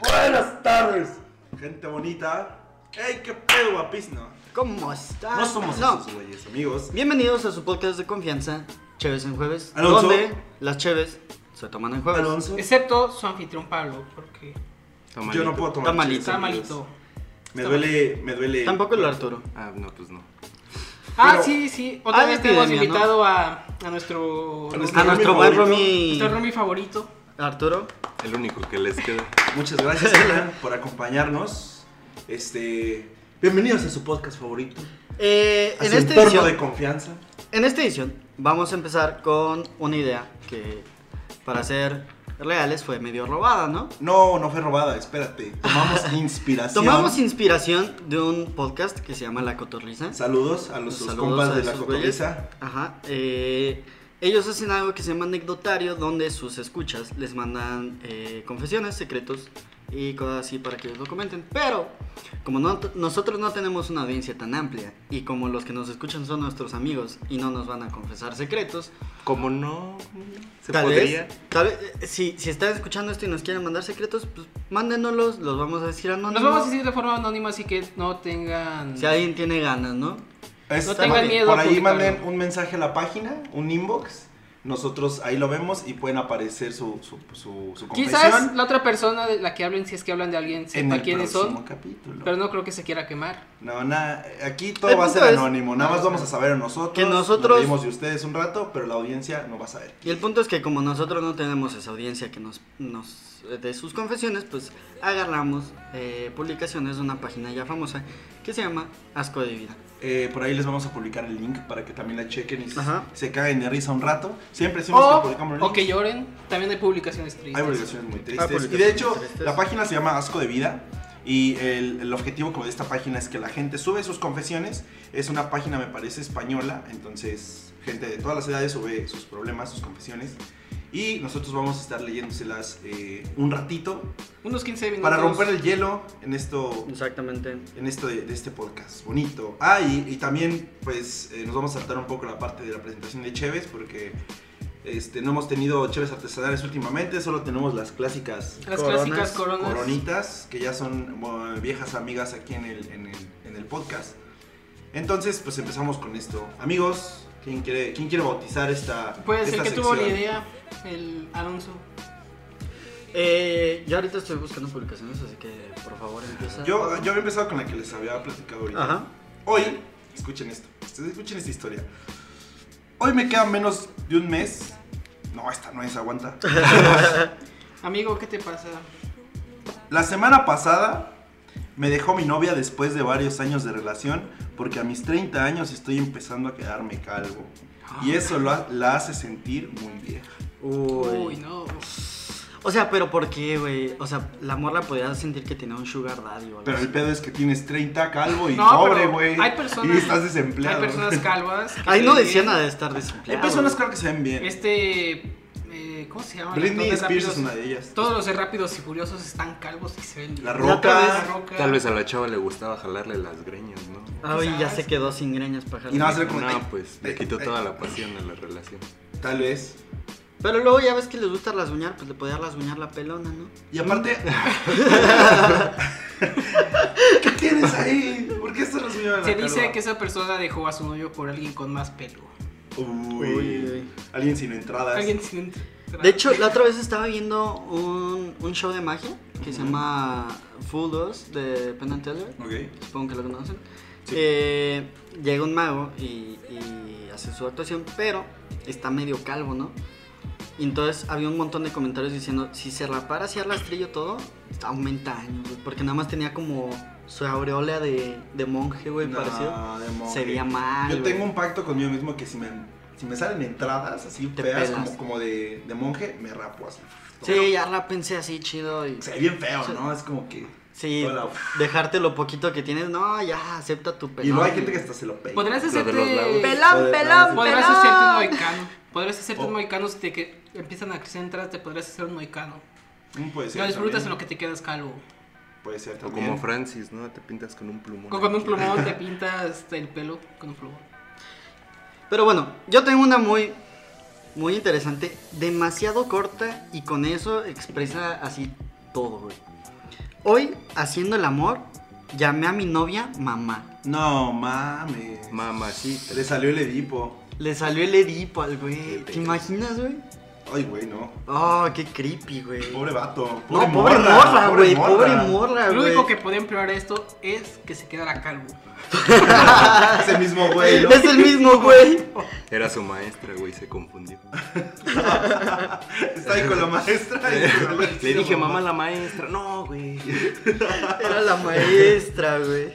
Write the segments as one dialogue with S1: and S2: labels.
S1: Buenas tardes, gente bonita. ¡Ey, qué pedo, guapísimo!
S2: ¿Cómo estás?
S1: No somos esos güeyes, amigos.
S2: Bienvenidos a su podcast de confianza, Cheves en Jueves,
S1: Alonso.
S2: donde las Cheves se toman en jueves.
S1: Alonso,
S3: Excepto su anfitrión Pablo, porque
S1: yo no puedo tomar.
S2: Está malito.
S3: está malito.
S1: Me duele, me duele.
S2: Tampoco el Arturo.
S4: Ah, no, pues no.
S3: Ah,
S1: Pero-
S3: sí, sí. Otra
S2: Ah,
S3: vez
S2: es
S3: tenemos
S2: epidemia, ¿no?
S3: invitado a, a nuestro
S1: A
S2: A
S1: nuestro-
S3: nuestro
S2: nuestro
S1: mi
S2: buen
S1: favorito.
S2: Romy.
S3: Romy favorito.
S2: Arturo.
S4: El único que les queda.
S1: Muchas gracias, Alan, por acompañarnos. Este, bienvenidos a su podcast favorito.
S2: Eh,
S1: A
S2: en,
S1: su
S2: esta
S1: entorno de
S2: edición,
S1: confianza.
S2: en esta edición vamos a empezar con una idea que, para ser reales, fue medio robada, ¿no?
S1: No, no fue robada, espérate. Tomamos inspiración.
S2: Tomamos inspiración de un podcast que se llama La Cotorriza.
S1: Saludos a los sus
S2: Saludos
S1: compas
S2: a
S1: de la
S2: esos güeyes.
S1: cotorriza.
S2: Ajá. eh, ellos hacen algo que se llama anecdotario, donde sus escuchas les mandan eh, confesiones, secretos y cosas así para que ellos lo comenten. Pero, como no- nosotros no tenemos una audiencia tan amplia y como los que nos escuchan son nuestros amigos y no nos van a confesar secretos,
S4: Como no se
S2: tal
S4: podría.
S2: vez, tal vez, eh, si, si están escuchando esto y nos quieren mandar secretos, pues mándenoslos, los vamos a decir anónimos.
S3: Nos vamos a decir de forma anónima, así que no tengan.
S2: Si alguien tiene ganas, ¿no?
S1: Es-
S3: No tengan miedo
S1: Por
S3: a
S1: ahí
S3: publicarlo.
S1: manden un mensaje a la página, un inbox. Nosotros ahí lo vemos y pueden aparecer su, su, su, su
S3: Quizás
S1: confesión
S3: la otra persona de la que hablen, si es que hablan de alguien,
S1: en
S3: sepa
S1: el
S3: quiénes
S1: próximo
S3: son.
S1: capítulo.
S3: Pero no creo que se quiera quemar.
S1: No, nada, aquí todo
S2: El
S1: va a
S2: punto
S1: ser
S2: es-
S1: anónimo, nada más vamos a saber nosotros.
S2: Que nosotros-
S1: Nos reímos de ustedes un rato, pero la audiencia no va a saber.
S2: Y el punto es que como nosotros no tenemos esa audiencia que nos, nos eh, de sus confesiones, pues agarramos eh, publicaciones de una página ya famosa que se llama Asco de Vida.
S1: Eh, por ahí les vamos a publicar el link para que también la chequen y se-
S2: Ajá.
S1: se caguen de risa un rato. Siempre decimos pues, que
S3: O,
S1: publicamos
S3: o que
S1: links.
S3: lloren. También hay publicaciones tristes.
S1: Hay publicaciones muy tristes. y de
S2: publicaciones
S1: hecho,
S2: muy tristes.
S1: la página se llama Asco de Vida. Y el, el objetivo como de esta página es que la gente sube sus confesiones. Es una página, me parece, española. Entonces, gente de todas las edades sube sus problemas, sus confesiones. Y nosotros vamos a estar leyéndoselas eh, un ratito
S3: Unos 15 minutos.
S1: para romper el hielo en esto
S2: Exactamente.
S1: en esto de, de este podcast. Bonito. Ah, y, y también, pues, eh, nos vamos a saltar un poco la parte de la presentación de Cheves, porque este, no hemos tenido Cheves artesanales últimamente, solo tenemos las clásicas
S3: Las
S2: Coronas,
S3: clásicas coronas.
S1: coronitas, que ya son bueno, viejas amigas aquí en el, en, el, en el podcast. Entonces, pues empezamos con esto. Amigos, ¿quién quiere, quién quiere bautizar esta
S3: Pues el
S1: esta
S3: que tuvo la
S1: sección?
S3: idea, el Alonso.
S2: Eh, yo ahorita estoy buscando publicaciones, así que por favor empieza.
S1: Yo, yo había empezado con la que les había platicado ahorita.
S2: Ajá.
S1: Hoy, escuchen esto, ustedes escuchen esta historia. Hoy me queda menos de un mes. No, esta no es, aguanta.
S3: Amigo, ¿qué te pasa?
S1: La semana pasada me dejó mi novia después de varios años de relación porque a mis 30 años estoy empezando a quedarme calvo. Y eso lo ha- la hace sentir muy vieja.
S2: Uy.
S3: Uy, no.
S2: O sea, pero ¿por qué, güey? O sea, la morra podía sentir que tenía un sugar daddy o algo
S1: Pero el
S2: así.
S1: pedo es que tienes 30 calvo y
S3: No,
S1: pobre,
S3: pero
S1: güey.
S3: hay personas-
S1: Y estás desempleado.
S3: Hay personas calvas. que
S2: Ahí
S3: se
S2: no
S3: ven.
S2: decía nada de estar
S1: Hay
S2: desempleado.
S1: personas,
S2: güey.
S1: claro que se ven bien.
S3: Este. eh, ¿Cómo se llama?
S1: Britney
S3: Los
S1: Spears es
S3: rápidos-
S1: una de ellas.
S3: Todos los de rápidos y furiosos están calvos y se ven.
S1: La
S2: La
S1: roca.
S2: otra vez-
S3: La roca.
S4: Tal vez a la chava le gustaba jalarle las greñas, ¿no?
S2: Ay, ya se quedó sin greñas, pájaro.
S1: Y no va a ser como.
S4: No,
S1: ay,
S4: pues le
S1: ay,
S4: quitó
S1: ay,
S4: toda la pasión a la relación.
S1: Tal vez.
S2: Pero luego ya ves que les gusta rasguñar, pues le podía rasguñar la pelona, ¿no?
S1: Y aparte. ¿Qué tienes ahí? ¿Por qué estás resumiendo
S3: Se dice que esa persona dejó a su novio por alguien con más pelo.
S1: Uy,
S2: Uy, uy.
S1: Alguien sin entradas.
S3: Alguien sin. tra-
S2: De hecho, la otra vez estaba viendo un, un show de magia que se llama Full Doors de Penn and Teller.
S1: Ok.
S2: Supongo que lo conocen.
S1: Sí.
S2: Eh, llega un mago y, y hace su actuación, pero está medio calvo, ¿no? Y entonces había un montón de comentarios diciendo: si se rapara así al rastrillo todo, aumenta años, güey, porque nada más tenía como su aureola de, de monje, güey,
S1: No,
S2: parecido.
S1: demonio.
S2: Sería mal.
S1: Yo
S2: güey.
S1: tengo un pacto conmigo mismo que si me, si me salen entradas así
S2: Te
S1: feas,
S2: pelas.
S1: como, como de, de monje, me rapo así.
S2: Sí, ya la pensé así chido y.
S1: Se ve bien feo,
S2: Sí.
S1: ¿no? Es como que.
S2: Sí,
S1: Hola.
S2: dejarte lo poquito que tienes, no, ya, acepta tu pelón.
S1: Y luego hay gente que hasta se lo peina.
S3: Podrías
S4: Lo de los
S3: hacerte.
S4: labios.
S1: Pelón, pelón,
S3: Podrías hacerte un moicano. Podrías hacerte
S1: Oh.
S3: un moicano si te que empiezan a crecer entradas, te podrías hacer un moicano.
S1: Mm, Puede ser.
S3: Lo disfrutas en
S1: también.
S3: lo que te quedas calvo.
S1: Puede ser
S4: O
S1: también.
S4: como Francis, ¿no? Te pintas con un plumón.
S3: O con un
S4: aquí.
S3: plumón te pintas el pelo con un plumón.
S2: Pero bueno, yo tengo una muy, muy interesante, demasiado corta y con eso expresa así todo, güey. Hoy, haciendo el amor, llamé a mi novia mamá.
S1: No mames.
S4: Mamacita.
S1: Le salió el Edipo.
S2: Le salió el Edipo al güey.
S4: Qué
S2: ¿Te
S4: pedo.
S2: imaginas, güey?
S1: Ay, güey, no.
S2: Oh, qué creepy, güey.
S1: Pobre vato.
S2: no, pobre morra, güey. Pobre morra, Ah, güey.
S3: Lo único que podía empeorar esto es que se quedara calvo.
S1: Ese mismo güey, ¿no?
S2: Es el mismo, güey.
S4: Era su maestra, güey, se confundió.
S1: Está ahí con la maestra. y-
S4: Le dije, mamá, la maestra. No, güey.
S2: Era la maestra, güey.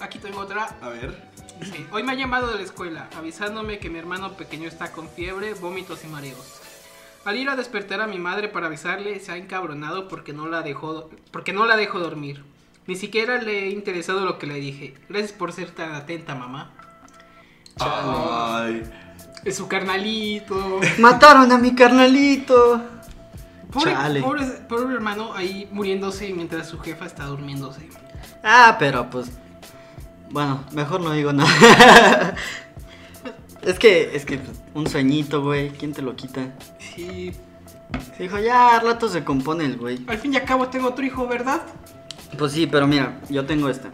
S3: Aquí tengo otra.
S1: A ver.
S3: Dice, Hoy me ha llamado de la escuela avisándome que mi hermano pequeño está con fiebre, vómitos y mareos. Al ir a despertar a mi madre para avisarle, se ha encabronado porque no la dejó, porque no la dejó dormir. Ni siquiera le he interesado lo que le dije. Gracias por ser tan atenta, mamá.
S1: Ay.
S3: Es su carnalito.
S2: Mataron a mi carnalito.
S3: Pobre,
S2: Chale.
S3: pobre, pobre hermano ahí muriéndose mientras su jefa está durmiéndose.
S2: Ah, pero pues. Bueno, mejor no digo nada. es que, es que pues, un sueñito, güey. ¿Quién te lo quita?
S3: Sí.
S2: Se dijo, ya, al rato se compone el güey.
S3: Al fin y al cabo tengo otro hijo, ¿verdad?
S2: Pues sí, pero mira, yo tengo esta.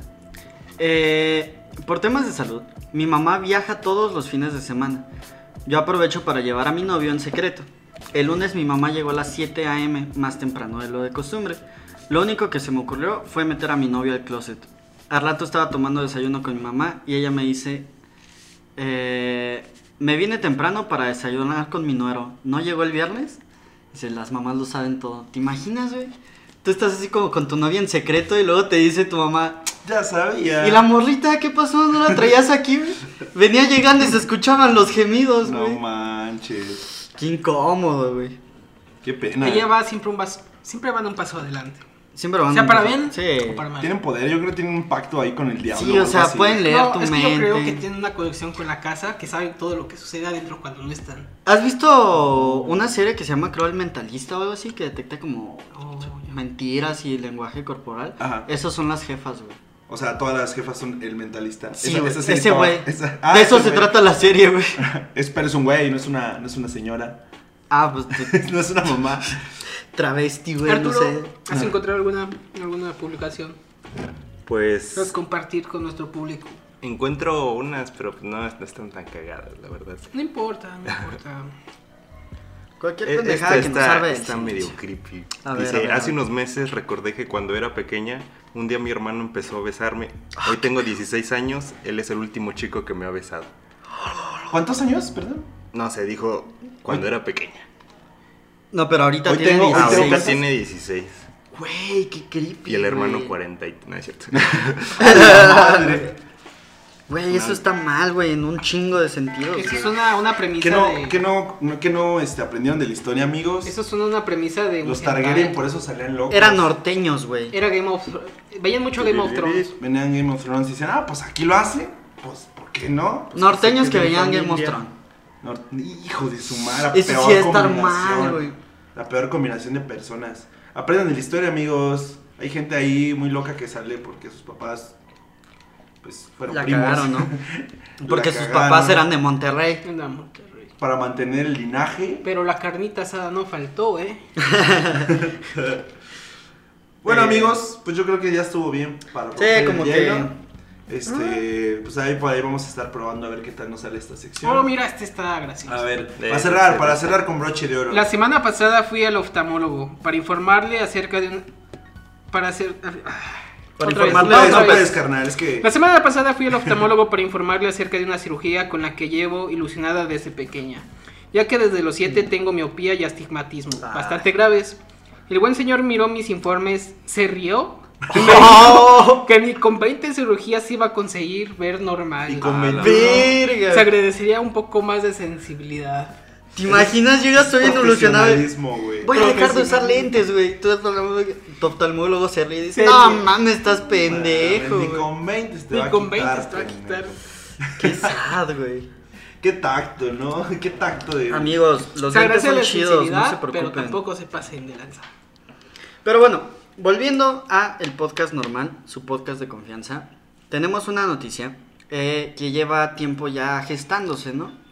S2: Eh, por temas de salud, mi mamá viaja todos los fines de semana. Yo aprovecho para llevar a mi novio en secreto. El lunes mi mamá llegó a las 7 a.m., más temprano de lo de costumbre. Lo único que se me ocurrió fue meter a mi novio al closet. Al rato estaba tomando desayuno con mi mamá y ella me dice, eh, me vine temprano para desayunar con mi nuero. ¿No llegó el viernes? Dice, las mamás lo saben todo. ¿Te imaginas, güey? Tú estás así como con tu novia en secreto y luego te dice tu mamá,
S1: Ya sabía.
S2: ¿y la morrita qué pasó? ¿No la traías aquí, güey? Venía llegando y se escuchaban los gemidos,
S1: No
S2: güey.
S1: manches.
S2: qué incómodo, güey.
S1: Qué pena.
S3: Ella va siempre un vas- siempre van un paso adelante.
S2: Siempre van
S3: O sea, para
S2: un-
S3: bien
S2: Sí.
S3: o para mal.
S1: Tienen poder, yo creo que tienen un pacto ahí con el diablo.
S2: Sí, o
S1: algo
S2: sea,
S1: así.
S2: pueden leer
S3: No,
S2: tu
S3: es que
S2: mente.
S3: yo creo que tienen una conexión con la casa, que saben todo lo que sucede adentro cuando no están.
S2: ¿Has visto una serie que se llama, creo, El Mentalista o algo así? Que detecta como
S3: Oh, ya.
S2: mentiras y lenguaje corporal.
S1: Ajá.
S2: Esas son las jefas, güey.
S1: O sea, todas las jefas son el mentalista.
S2: Sí,
S1: Esa-
S2: güey,
S1: esa serie
S2: ese
S1: estaba-
S2: güey.
S1: esa- ah,
S2: de eso
S1: ese
S2: se
S1: güey.
S2: trata la serie, güey.
S1: Es, pero es un güey, no es una, no es una señora.
S2: Ah, pues te-
S1: no es una mamá.
S2: travesti, güey, no
S3: Arturo,
S2: sé.
S3: ¿has
S1: Ah.
S3: encontrado alguna, alguna publicación? ¿Puedes
S4: Pues
S3: compartir con nuestro público?
S4: encuentro unas, pero no, no están tan cagadas, la verdad.
S3: No importa, no importa.
S2: Cualquier
S1: E-
S4: Eh,
S2: pendejada
S1: este
S2: que
S4: esta
S2: nos salve del
S4: está
S2: silencio.
S4: medio creepy.
S2: A ver,
S4: Dice,
S2: a ver, a
S4: hace
S2: ver.
S4: unos meses recordé que cuando era pequeña, un día mi hermano empezó a besarme.
S2: Ah.
S4: Hoy tengo 16 años, él es el último chico que me ha besado.
S1: ¿Cuántos años? Perdón.
S4: No se dijo cuando era pequeña.
S2: No, pero ahorita
S1: Hoy
S2: tiene
S1: tengo- ah, hoy tengo
S2: 16.
S4: Ahorita
S1: ¿cuántos?
S4: tiene 16
S2: Güey, qué creepy.
S4: y el hermano
S2: güey.
S4: 40 y no es cierto.
S1: Madre.
S2: Güey, eso está mal, güey, en un chingo de sentidos.
S3: Eso
S2: güey.
S3: es una, una premisa
S1: ¿Qué no,
S3: de...
S1: que no, no- que no este, aprendieron de la historia, amigos?
S3: Eso suena una premisa de... un
S1: Los Targaryen
S3: hentai.
S1: por eso salían locos.
S2: Eran norteños, güey.
S3: Era Game of Thrones. Veían mucho Game of Thrones.
S1: Venían Game of Thrones y dicen, ah, pues aquí lo hace. Pues, ¿por qué no? Pues,
S2: Norteños
S1: se
S2: que
S1: quede
S2: veían
S1: con
S2: Game of
S1: India.
S2: Thrones.
S1: Nor- Hijo de su madre, la
S2: Eso
S1: peor
S2: sí debe estar
S1: combinación.
S2: mal, güey.
S1: La peor combinación de personas. Aprendan de la historia, amigos. Hay gente ahí muy loca que sale porque sus papás, pues, fueron
S2: La
S1: primos.
S2: cagaron, ¿no? Porque
S1: La
S2: sus
S1: cagaron.
S2: papás eran de Monterrey.
S3: Anda, Monterrey.
S1: Para mantener el linaje.
S3: Pero la carnita asada no faltó, ¿eh?
S1: Bueno,
S4: Eh,
S1: amigos, pues yo creo que ya estuvo bien para
S2: Sí,
S1: romper el
S2: como que- Ah.
S1: hielo. Este, pues ahí por ahí vamos a estar probando a ver qué tal nos sale esta sección.
S3: Oh, mira, este está gracioso.
S1: A ver,
S4: Eh,
S1: para cerrar,
S4: sí,
S1: para
S4: sí.
S1: cerrar con broche de oro.
S3: La semana pasada fui al oftalmólogo para informarle acerca de un... Para hacer... ah,
S2: Para
S3: Otra vez,
S1: No,
S2: informarle-
S3: no,
S1: puedes,
S3: otra
S1: no
S3: vez.
S1: puedes, carnal, es que
S3: La semana pasada fui al oftalmólogo para informarle acerca de una cirugía con la que llevo ilusionada desde pequeña, ya que desde los 7 tengo miopía y astigmatismo,
S2: Mm. Ah.
S3: bastante graves. El buen señor miró mis informes, se rió,
S2: ¡Oh!
S3: que ni con 20 cirugías iba a conseguir ver normal.
S1: Y con
S4: Ah, la-
S3: Se
S2: ¡Verga!
S3: agradecería un poco más de sensibilidad.
S2: ¿Te imaginas? Yo ya estoy bien ilusionado.
S1: profesionalismo, güey.
S2: Voy a dejar de usar
S3: Profesionalismo.
S2: lentes, güey. pues, Tu oftalmólogo- tu oftalmólogo se ríe y dice:
S3: Serio.
S2: No mames, estás pendejo.
S1: Ni
S2: güey".
S1: con 20 te
S3: Ni
S1: va a
S3: con
S1: quitar,
S3: 20 te va a quitar.
S1: pendejo.
S2: Qué sad, güey.
S1: Qué tacto, ¿no? Qué tacto de
S2: Amigos, los
S3: se
S2: lentes
S3: agradece
S2: son
S3: la
S2: chidos, no se
S3: sensibilidad,
S2: preocupen.
S3: pero tampoco se pasen de lanza.
S2: Pero bueno, volviendo a el podcast normal, su podcast de confianza, tenemos una noticia eh, que lleva tiempo ya gestándose, ¿no?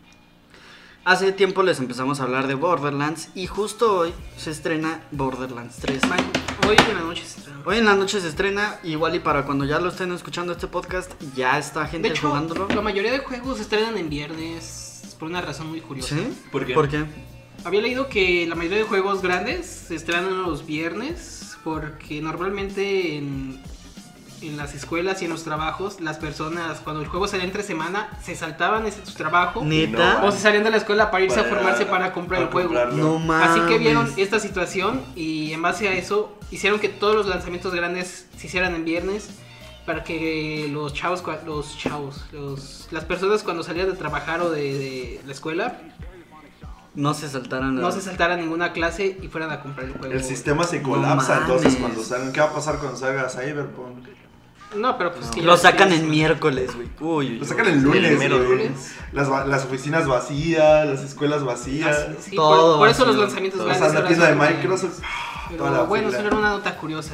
S2: Hace tiempo les empezamos a hablar de Borderlands y justo hoy se estrena Borderlands 3.
S3: Ma- Hoy en la noche se estrena.
S2: Hoy en la noche se estrena, igual y para cuando ya lo estén escuchando este podcast, ya está gente
S3: De hecho,
S2: jugándolo.
S3: la mayoría de juegos se estrenan en viernes por una razón muy curiosa.
S2: ¿Sí?
S1: ¿Por qué?
S2: ¿Por qué?
S3: Había leído que la mayoría de juegos grandes se estrenan los viernes porque normalmente en, en las escuelas y en los trabajos las personas cuando el juego salía entre semana se saltaban ese su trabajo
S2: Neta.
S3: o se salían de la escuela para irse a formarse para comprar el
S1: para
S3: juego.
S1: comprarlo.
S2: No mames.
S3: Así que vieron esta situación y en base a eso hicieron que todos los lanzamientos grandes se hicieran en viernes para que los chavos, cua- los chavos, los- las personas cuando salían de trabajar o de, de la escuela
S2: No se saltaron. la-
S3: no se saltaran ninguna clase y fueran a comprar el juego.
S1: El sistema se
S2: No
S1: colapsa entonces
S2: mames.
S1: cuando salgan. ¿Qué va a pasar cuando salga Cyberpunk?
S3: No, pero pues que ya
S2: Lo sacan
S3: tienes-
S2: en miércoles, güey. Uy, uy,
S1: Lo
S2: uy.
S1: sacan el lunes,
S4: El mero
S1: güey.
S3: lunes.
S1: Las, va- las oficinas vacías, las escuelas vacías.
S2: Ah,
S3: Así- sí,
S2: Todo
S3: por, por eso
S2: vacío.
S3: los lanzamientos
S1: O
S4: Todo.
S3: grandes
S1: sea, la
S3: ahora
S1: tienda de
S3: son en-
S1: Microsoft.
S3: Pero
S1: toda la
S3: bueno,
S1: fila.
S3: eso era una nota curiosa.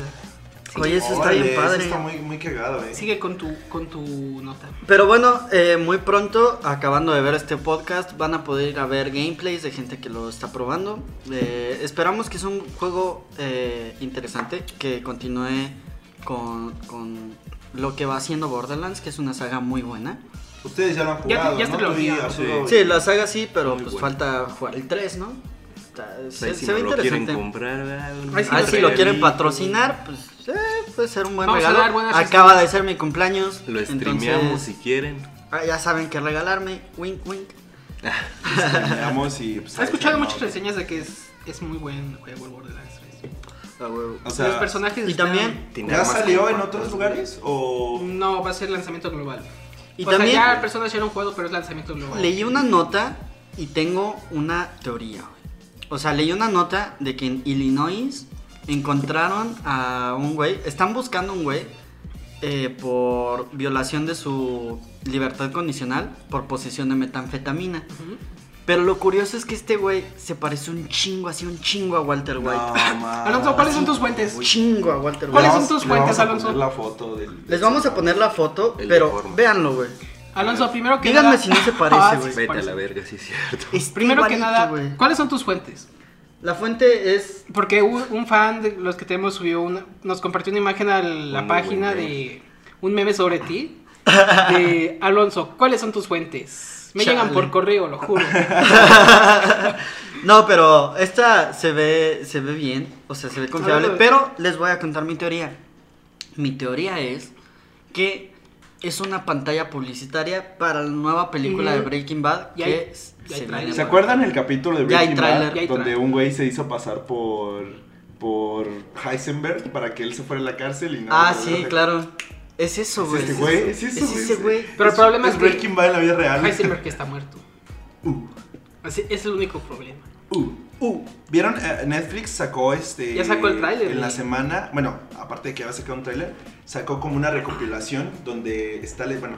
S2: Oye, eso está
S1: Órale,
S2: bien padre.
S1: Eso está muy, muy cagado, eh.
S3: Sigue con tu con tu nota.
S2: Pero bueno, eh, muy pronto, acabando de ver este podcast, van a poder ir a ver gameplays de gente que lo está probando. Eh, esperamos que es un juego eh, interesante, que continúe con, con lo que va haciendo Borderlands, que es una saga muy buena.
S1: Ustedes ya lo han
S3: Ya-
S1: jugado,
S3: ya te
S1: ¿no?
S3: lo
S1: Tú di,
S3: guiaron.
S1: Arturo,
S2: Sí, la saga sí, pero
S1: Muy
S2: pues
S1: buena.
S2: falta jugar el 3, ¿no? Está-
S4: O sea,
S2: se
S4: Pues si
S2: se
S4: no
S2: ve
S4: lo quieren
S2: interesante.
S4: comprar, ¿verdad?
S3: Ay, si
S2: Ah,
S3: lo
S2: si lo
S3: quieren-
S2: quieren patrocinar, pues eh, puede ser un buen
S3: Vamos a dar
S2: regalo.
S3: buenas
S2: Acaba de
S3: reseñas.
S2: ser mi cumpleaños.
S4: Lo
S2: entonces,
S4: streameamos si quieren.
S2: ah, ya saben que regalarme. Wink, wink.
S1: terminamos y, pues,
S3: He escuchado
S1: ahí
S3: muchas
S1: está, ¿no?
S3: reseñas de que es, es muy buen juego el Borderlands 3.
S2: Ah, huevo.
S1: O
S3: los
S1: sea,
S3: personajes
S2: Y
S3: están-
S2: también-
S4: Tiene
S1: ¿ya
S4: armas
S1: salió
S4: como
S1: en
S4: patas,
S1: otros
S4: güey.
S1: lugares? ¿O
S3: No, va a ser lanzamiento global.
S2: Y
S3: o
S2: también-
S3: sea, ya personas ya lo han jugado, pero es lanzamiento global.
S2: Leí una nota y tengo una teoría. güey. O sea, leí una nota de que en Illinois encontraron a un güey, están buscando un güey eh, por violación de su libertad condicional por posesión de metanfetamina.
S3: Ujú.
S2: Pero lo curioso es que este güey se parece un chingo, así un chingo a Walter White.
S3: Alonso, ¿cuáles son tus
S1: fuentes?
S3: fuentes?
S2: Un chingo a Walter White.
S3: ¿Cuáles son tus fuentes, Alonso?
S1: La foto del...
S2: Les vamos a poner la foto,
S4: El
S2: pero
S4: deforme.
S2: véanlo, güey.
S3: Alonso, primero que
S2: Díganme
S3: nada.
S2: si no se parece,
S3: Ah, sí
S2: güey.
S3: se
S4: Vete a
S3: parece.
S4: la verga, sí es cierto.
S2: Está
S3: Primero que
S2: igualito,
S3: nada,
S2: güey.
S3: ¿cuáles son tus fuentes?
S2: La fuente es
S3: Porque un, un fan de los que tenemos subió una, nos compartió una imagen a la
S4: Un muy
S3: página
S4: buen meme.
S3: de un meme sobre ti. De Alonso, ¿cuáles son tus fuentes? Me llegan
S2: Chale.
S3: por correo, lo juro.
S2: No, pero esta se ve, se ve bien, o sea, se ve confiable.
S3: Ah.
S2: Pero les voy a contar mi teoría. Mi teoría es que es una pantalla publicitaria para la nueva película de
S3: Ujú.
S2: Breaking Bad
S3: Ya
S2: que
S3: hay-
S2: s-
S3: ya hay
S2: se
S3: trailer.
S2: viene.
S1: ¿Se acuerdan el capítulo de
S2: Ya hay
S1: Breaking
S2: tráiler.
S1: Bad?
S3: Ya hay
S1: Donde
S3: tráiler.
S1: un güey se hizo pasar por... Por Heisenberg para que él se fuera a la cárcel y no...
S2: Ah, sí, claro. Es eso,
S1: Es
S2: güey.
S1: este güey, es eso, güey,
S2: ese
S1: sí.
S2: güey.
S3: Pero el problema es,
S1: Es
S3: que
S1: Breaking Bad en la vida real.
S3: Heisenberg que está muerto.
S1: Uh,
S3: Así, es el único problema.
S1: uh, uh. ¿Vieron? Eh, Netflix sacó este...
S3: Ya sacó el tráiler,
S1: En la
S3: güey.
S1: semana, bueno, aparte de que había sacado un tráiler, sacó como una recopilación donde está... le- Bueno,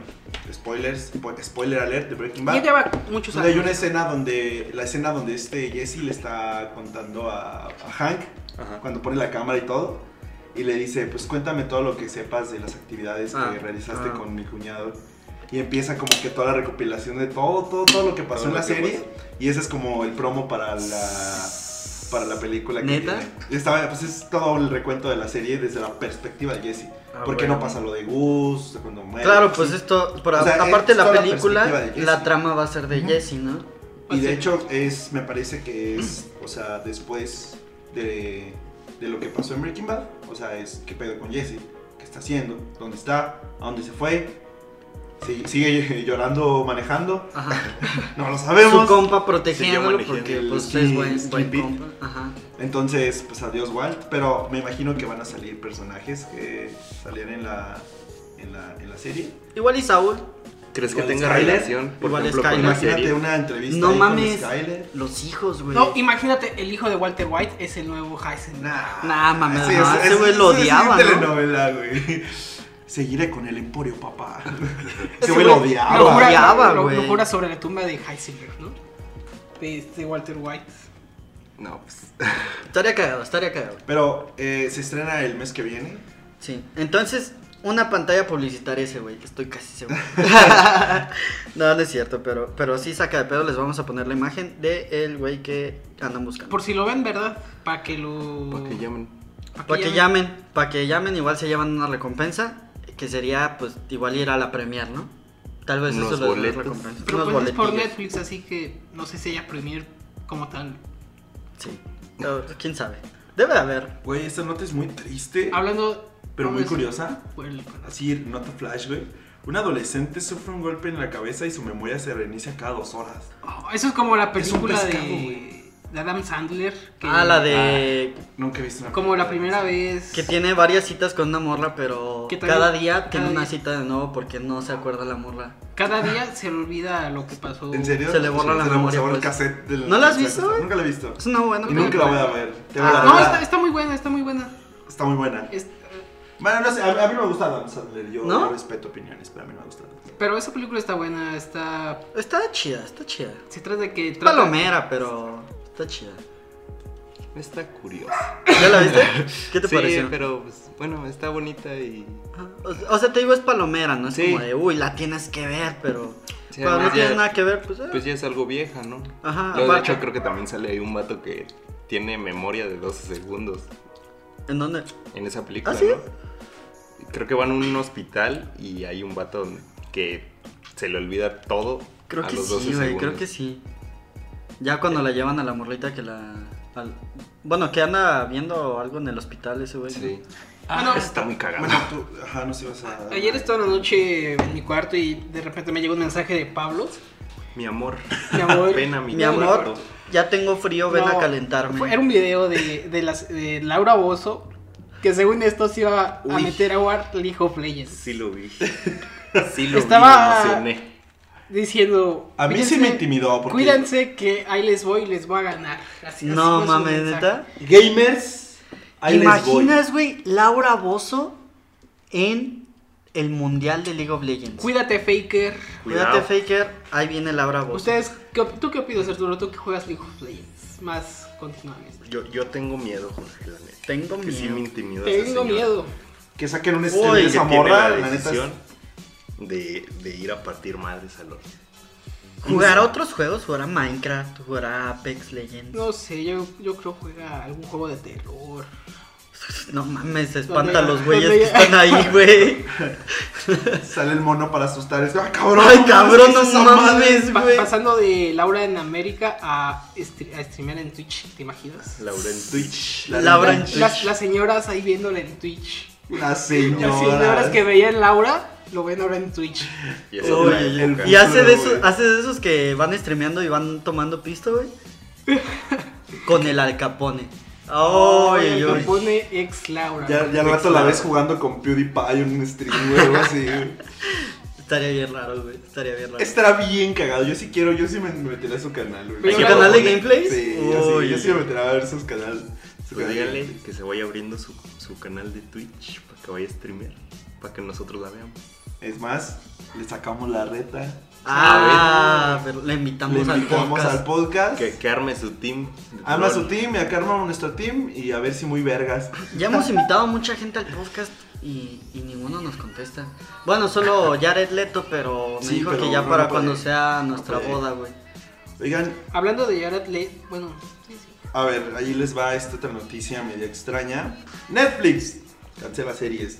S1: spoilers, spo- spoiler alert de Breaking Bad.
S3: Ya lleva
S2: Pues
S3: muchos
S1: Donde
S3: años.
S1: hay una escena donde la escena donde este Jesse le está contando a, a Hank
S4: Ajá.
S1: cuando pone la cámara y todo y le dice pues cuéntame todo lo que sepas de las actividades
S2: Ah,
S1: que realizaste
S2: ah.
S1: con mi cuñado y empieza como que toda la recopilación de todo todo todo lo que pasó
S4: Todo
S1: en la
S4: lo que
S1: serie y ese es como el promo para la para la película que
S2: ¿Neta?
S1: viene. Y estaba- pues es todo el recuento de la serie desde la perspectiva de Jesse
S2: Ah,
S1: porque
S2: bueno.
S1: no pasa lo de Gus cuando muere
S2: Claro,
S1: sí.
S2: pues esto, por-
S1: O sea,
S2: aparte
S1: es
S2: la
S1: toda la
S2: película, la,
S1: perspectiva de Jesse.
S2: trama va a ser de Jesse, ¿no?
S1: Y de
S3: Así.
S1: hecho es, me parece que es, o sea, después de, de lo que pasó en Breaking Bad, o sea, es qué pedo con Jesse, qué está haciendo, dónde está, a dónde se fue, Si- sigue llorando, manejando,
S2: Ajá.
S1: no lo
S2: Su
S1: sabemos.
S2: compa protegiéndolo
S4: manejé
S2: porque
S1: el
S2: pues,
S1: skin-
S2: es buen, buen
S1: skin pit.
S2: compa. Ajá.
S1: Entonces, pues adiós Walt, pero me imagino que van a salir personajes que salían en la, en la, en la serie.
S2: Igual y Saúl,
S4: ¿Crees que
S1: Igual
S4: tenga
S1: Skyler,
S4: relación? Por
S2: igual
S4: ejemplo, con
S2: Skyler.
S4: la
S1: Imagínate
S4: serie.
S1: una entrevista
S2: No
S1: ahí con
S2: mames.
S1: Skyler.
S2: los hijos, güey.
S3: No, imagínate, el hijo de Walter White es el nuevo Heisenberg.
S1: Nah,
S2: Nah, mames,
S1: Sí,
S2: no,
S1: es-
S2: ese
S1: es-
S2: güey lo
S1: es- es
S2: odiaba, ¿no?
S1: telenovela, güey. Seguiré con el emporio, papá. Ese
S3: Ese
S1: güey lo
S3: güey
S1: odiaba.
S2: lo
S3: jura-
S2: odiaba,
S3: lo-
S2: Ah, güey.
S3: lo jura sobre la tumba de Heisenberg, ¿no? De este Walter White.
S4: No, pues.
S2: Estaría cagado, estaría cagado.
S1: Pero eh, se estrena el mes que viene.
S2: Sí. Entonces, una pantalla publicitaria ese, güey. Estoy casi seguro. no, no es cierto, pero, pero sí saca de pedo. Les vamos a poner la imagen de el güey que andan buscando.
S3: Por si lo ven, ¿verdad? Para que lo.
S4: Para que
S2: Uh.
S4: llamen.
S3: pa'
S2: Para que llamen, para que llamen, igual se llevan una recompensa. Que sería, pues, igual ir a la Premier, ¿no? Tal vez
S4: Unos
S2: eso les dé
S4: boletos.
S2: recompensa.
S3: Pero
S2: Unos
S3: pues es por
S2: boletillos.
S3: Netflix, así que no sé si haya Premier como tal.
S2: Sí. No, quién sabe. Debe de haber.
S1: Güey, esta nota es muy triste,
S3: Hablando.
S1: pero muy
S3: hablando-
S1: curiosa.
S3: Bueno,
S1: Así, nota flash, güey. Un adolescente sufre un golpe en la cabeza y su memoria se reinicia cada dos horas.
S3: oh, Eso es como la
S1: Es un
S3: película
S1: pescado,
S3: de, de Adam Sandler. que-
S2: Ah, la de.
S1: Nunca he visto una
S3: Como la primera vez.
S2: Que tiene varias citas con una morra, pero
S3: Que también-
S2: cada día
S3: cada
S2: tiene una
S3: día.
S2: cita de nuevo porque no se acuerda la morra.
S3: Cada día se le olvida lo que pasó.
S1: ¿En serio?
S2: Se le borra la
S1: Se le
S2: memoria,
S1: borra el
S2: pues.
S1: cassette del-
S2: ¿No la has
S1: del-
S2: visto, güey?
S1: Nunca la he visto.
S2: Es una buena
S1: Y nunca la voy a ver. Te voy a
S2: Ah.
S1: dar
S3: No,
S1: la-
S3: está, está muy buena, está muy buena.
S1: está muy buena.
S3: Es-
S1: Bueno, no sé, a, a mí me gusta Adam Sandler. Yo,
S2: ¿No?
S1: yo respeto opiniones, pero a mí me gusta.
S3: pero esa película está buena, está...
S2: Está chida, está chida.
S3: Se trata de que...
S2: Es
S3: trata-
S2: palomera, pero está chida.
S4: Está curiosa.
S2: ¿Ya la viste? ¿Qué te
S4: sí,
S2: pareció?
S4: pero pues, bueno, está bonita y.
S2: Ah, O, o sea, te digo, es palomera, no es
S4: Sí.
S2: como de, uy, la tienes que ver, pero.
S4: Sí,
S2: cuando no
S4: además
S2: tienes
S4: ya-
S2: nada que ver, pues. eh.
S4: Pues ya es algo vieja, ¿no?
S2: Ajá,
S4: Luego, de
S2: aparte-
S4: hecho, creo que también sale ahí un vato que tiene memoria de 12 segundos
S2: ¿En dónde?
S4: en esa película,
S2: ¿Ah, sí?
S4: ¿no? Creo que van a un hospital y hay un vato que se le olvida todo
S2: Creo
S4: a
S2: que
S4: los
S2: sí,
S4: 12
S2: güey, creo
S4: segundos.
S2: que sí. Ya cuando la llevan a la morrita que la. al- Bueno, que anda viendo algo en el hospital ese güey. ¿no?
S4: Sí.
S3: Ah,
S2: Ah,
S3: Bueno,
S4: Está muy cagado.
S1: Bueno, tú, ajá, no sé, vas a.
S3: ayer estaba la noche en mi cuarto y de repente me llegó un mensaje de Pablo.
S4: Mi amor.
S3: Mi amor.
S4: Ven a mi,
S2: Mi amor,
S4: cuarto.
S2: ya tengo frío, ven a
S3: No,
S2: calentarme.
S3: fue- Era un video de, de las- de Laura Bozo, que según esto se iba a
S4: Uy.
S3: meter a War League of Legends.
S4: Sí lo vi. Sí lo
S3: Estaba-
S4: vi, me emocioné.
S3: Diciendo...
S1: A mí sí
S3: "Cuídense,
S1: me intimidó. Porque
S3: Cuídense que ahí les voy y les voy a ganar. Así- así fue
S2: No
S3: su
S2: mames,
S3: mensaje.
S2: neta.
S1: Gamers,
S2: ¿Te
S1: ahí les voy.
S2: imaginas, güey, Laura Bozo en el mundial de League of Legends?
S3: Cuídate, Faker.
S2: Cuídate,
S4: Cuidado.
S2: Faker. Ahí viene Laura Bozo.
S3: ¿Ustedes, qué op- ¿Tú qué opinas, Arturo? Tú que juegas League of Legends más continuamente.
S4: Yo, yo tengo miedo, Jorge, la neta.
S2: Tengo
S4: Que sí
S2: miedo.
S4: me intimidó esa
S3: Tengo
S4: señora.
S3: miedo.
S1: Que saquen un
S4: Uy,
S1: estreno de
S4: que
S1: esa
S4: tiene
S1: morra,
S4: la
S1: la neta.
S4: decisión
S1: es-
S4: de, de ir a partir madres al horno.
S2: Jugar a otros juegos, jugar a Minecraft, jugar a Apex Legends. No,
S3: No sé, yo, yo creo que juega algún juego de terror.
S2: mames, se espanta a
S3: Donde-
S2: los güeyes que
S3: donde-
S2: están ahí, güey.
S1: Sale el mono para asustar. Es, ¡Ah, cabrón!
S2: Ay,
S1: no
S2: cabrón,
S1: mames, ¿qué es
S2: no
S1: esa
S2: mames.
S1: madre?
S2: Es,
S3: Pa-
S2: güey.
S3: pasando de Laura en América a, estre- a streamear en Twitch, ¿te imaginas?
S4: Laura en
S1: Twitch.
S2: Laura en
S1: neta,
S2: Twitch.
S3: Las, las señoras ahí viéndola en Twitch.
S1: La señora.
S3: Las señoras que veían Laura lo ven ahora en Twitch.
S4: Y
S1: Uy,
S4: eso fue
S1: el-
S4: la época.
S2: Y hace
S1: Futuro,
S2: de, esos,
S1: güey.
S2: hace de esos que van streameando y van tomando pisto, güey. Con el alcapone. Ay, ay,
S3: Lo
S2: ay.
S3: pone ex Laura.
S1: Ya, ya al rato la ves jugando con PewDiePie en un stream, güey, algo así, güey.
S2: Estaría bien raro, güey. Estaría bien raro.
S1: Estará bien cagado. Yo sí quiero, yo sí me me metería a su canal, güey.
S3: ¿A su
S1: Yo
S3: canal de
S1: lo-
S2: gameplays?
S1: Sí, yo sí, yo
S2: Uy.
S1: sí me metería a ver sus canal. Su
S4: Pues
S1: canal.
S4: díganle que se vaya abriendo su, su canal de Twitch para que vaya a streamear, para que nosotros la veamos.
S1: Es más, le sacamos la reta.
S2: Ah, pero le
S1: Le
S2: invitamos, al
S1: invitamos
S2: podcast.
S1: al podcast.
S4: Que, que arme su team. de
S1: Arma
S4: troll.
S1: su team y acá armamos nuestro team y a ver si muy vergas.
S2: Ya hemos invitado a mucha gente al podcast y, y ninguno nos contesta. Bueno, solo Jared Leto, pero me
S1: Sí,
S2: dijo
S1: pero
S2: que ya
S1: no
S2: para
S1: puede.
S2: cuando sea nuestra
S1: puede.
S2: boda, güey.
S1: Oigan,
S3: Hablando de Jared Leto, bueno, sí, sí.
S1: a ver, ahí les va esta otra noticia media extraña. Netflix cancela series.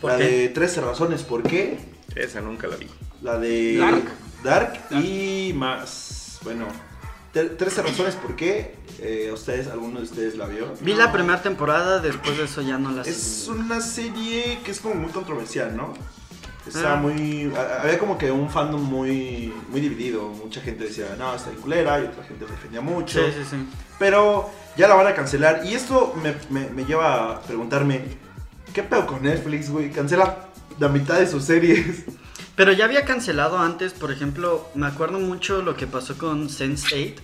S2: ¿Por
S1: la
S2: qué?
S1: de 13 razones por qué.
S4: Esa nunca la vi.
S1: La de
S3: Dark.
S1: Dark y más. Bueno, tre- 13 razones por qué. Eh, ¿Ustedes, alguno de ustedes la vio?
S2: Vi la primera temporada, después de eso ya no la
S1: Es
S2: seguí.
S1: una serie que es como muy controversial, ¿no? Está
S2: Ah.
S1: muy. a- Había como que un fandom muy, muy dividido. Mucha gente decía, no, está bien culera, y otra gente la defendía mucho.
S2: Sí, sí, sí.
S1: Pero ya la van a cancelar. Y esto me, me- me lleva a preguntarme: ¿qué pedo con Netflix, güey? Cancela la mitad de sus series.
S2: Pero ya había cancelado antes, por ejemplo, me acuerdo mucho lo que pasó con Sense8,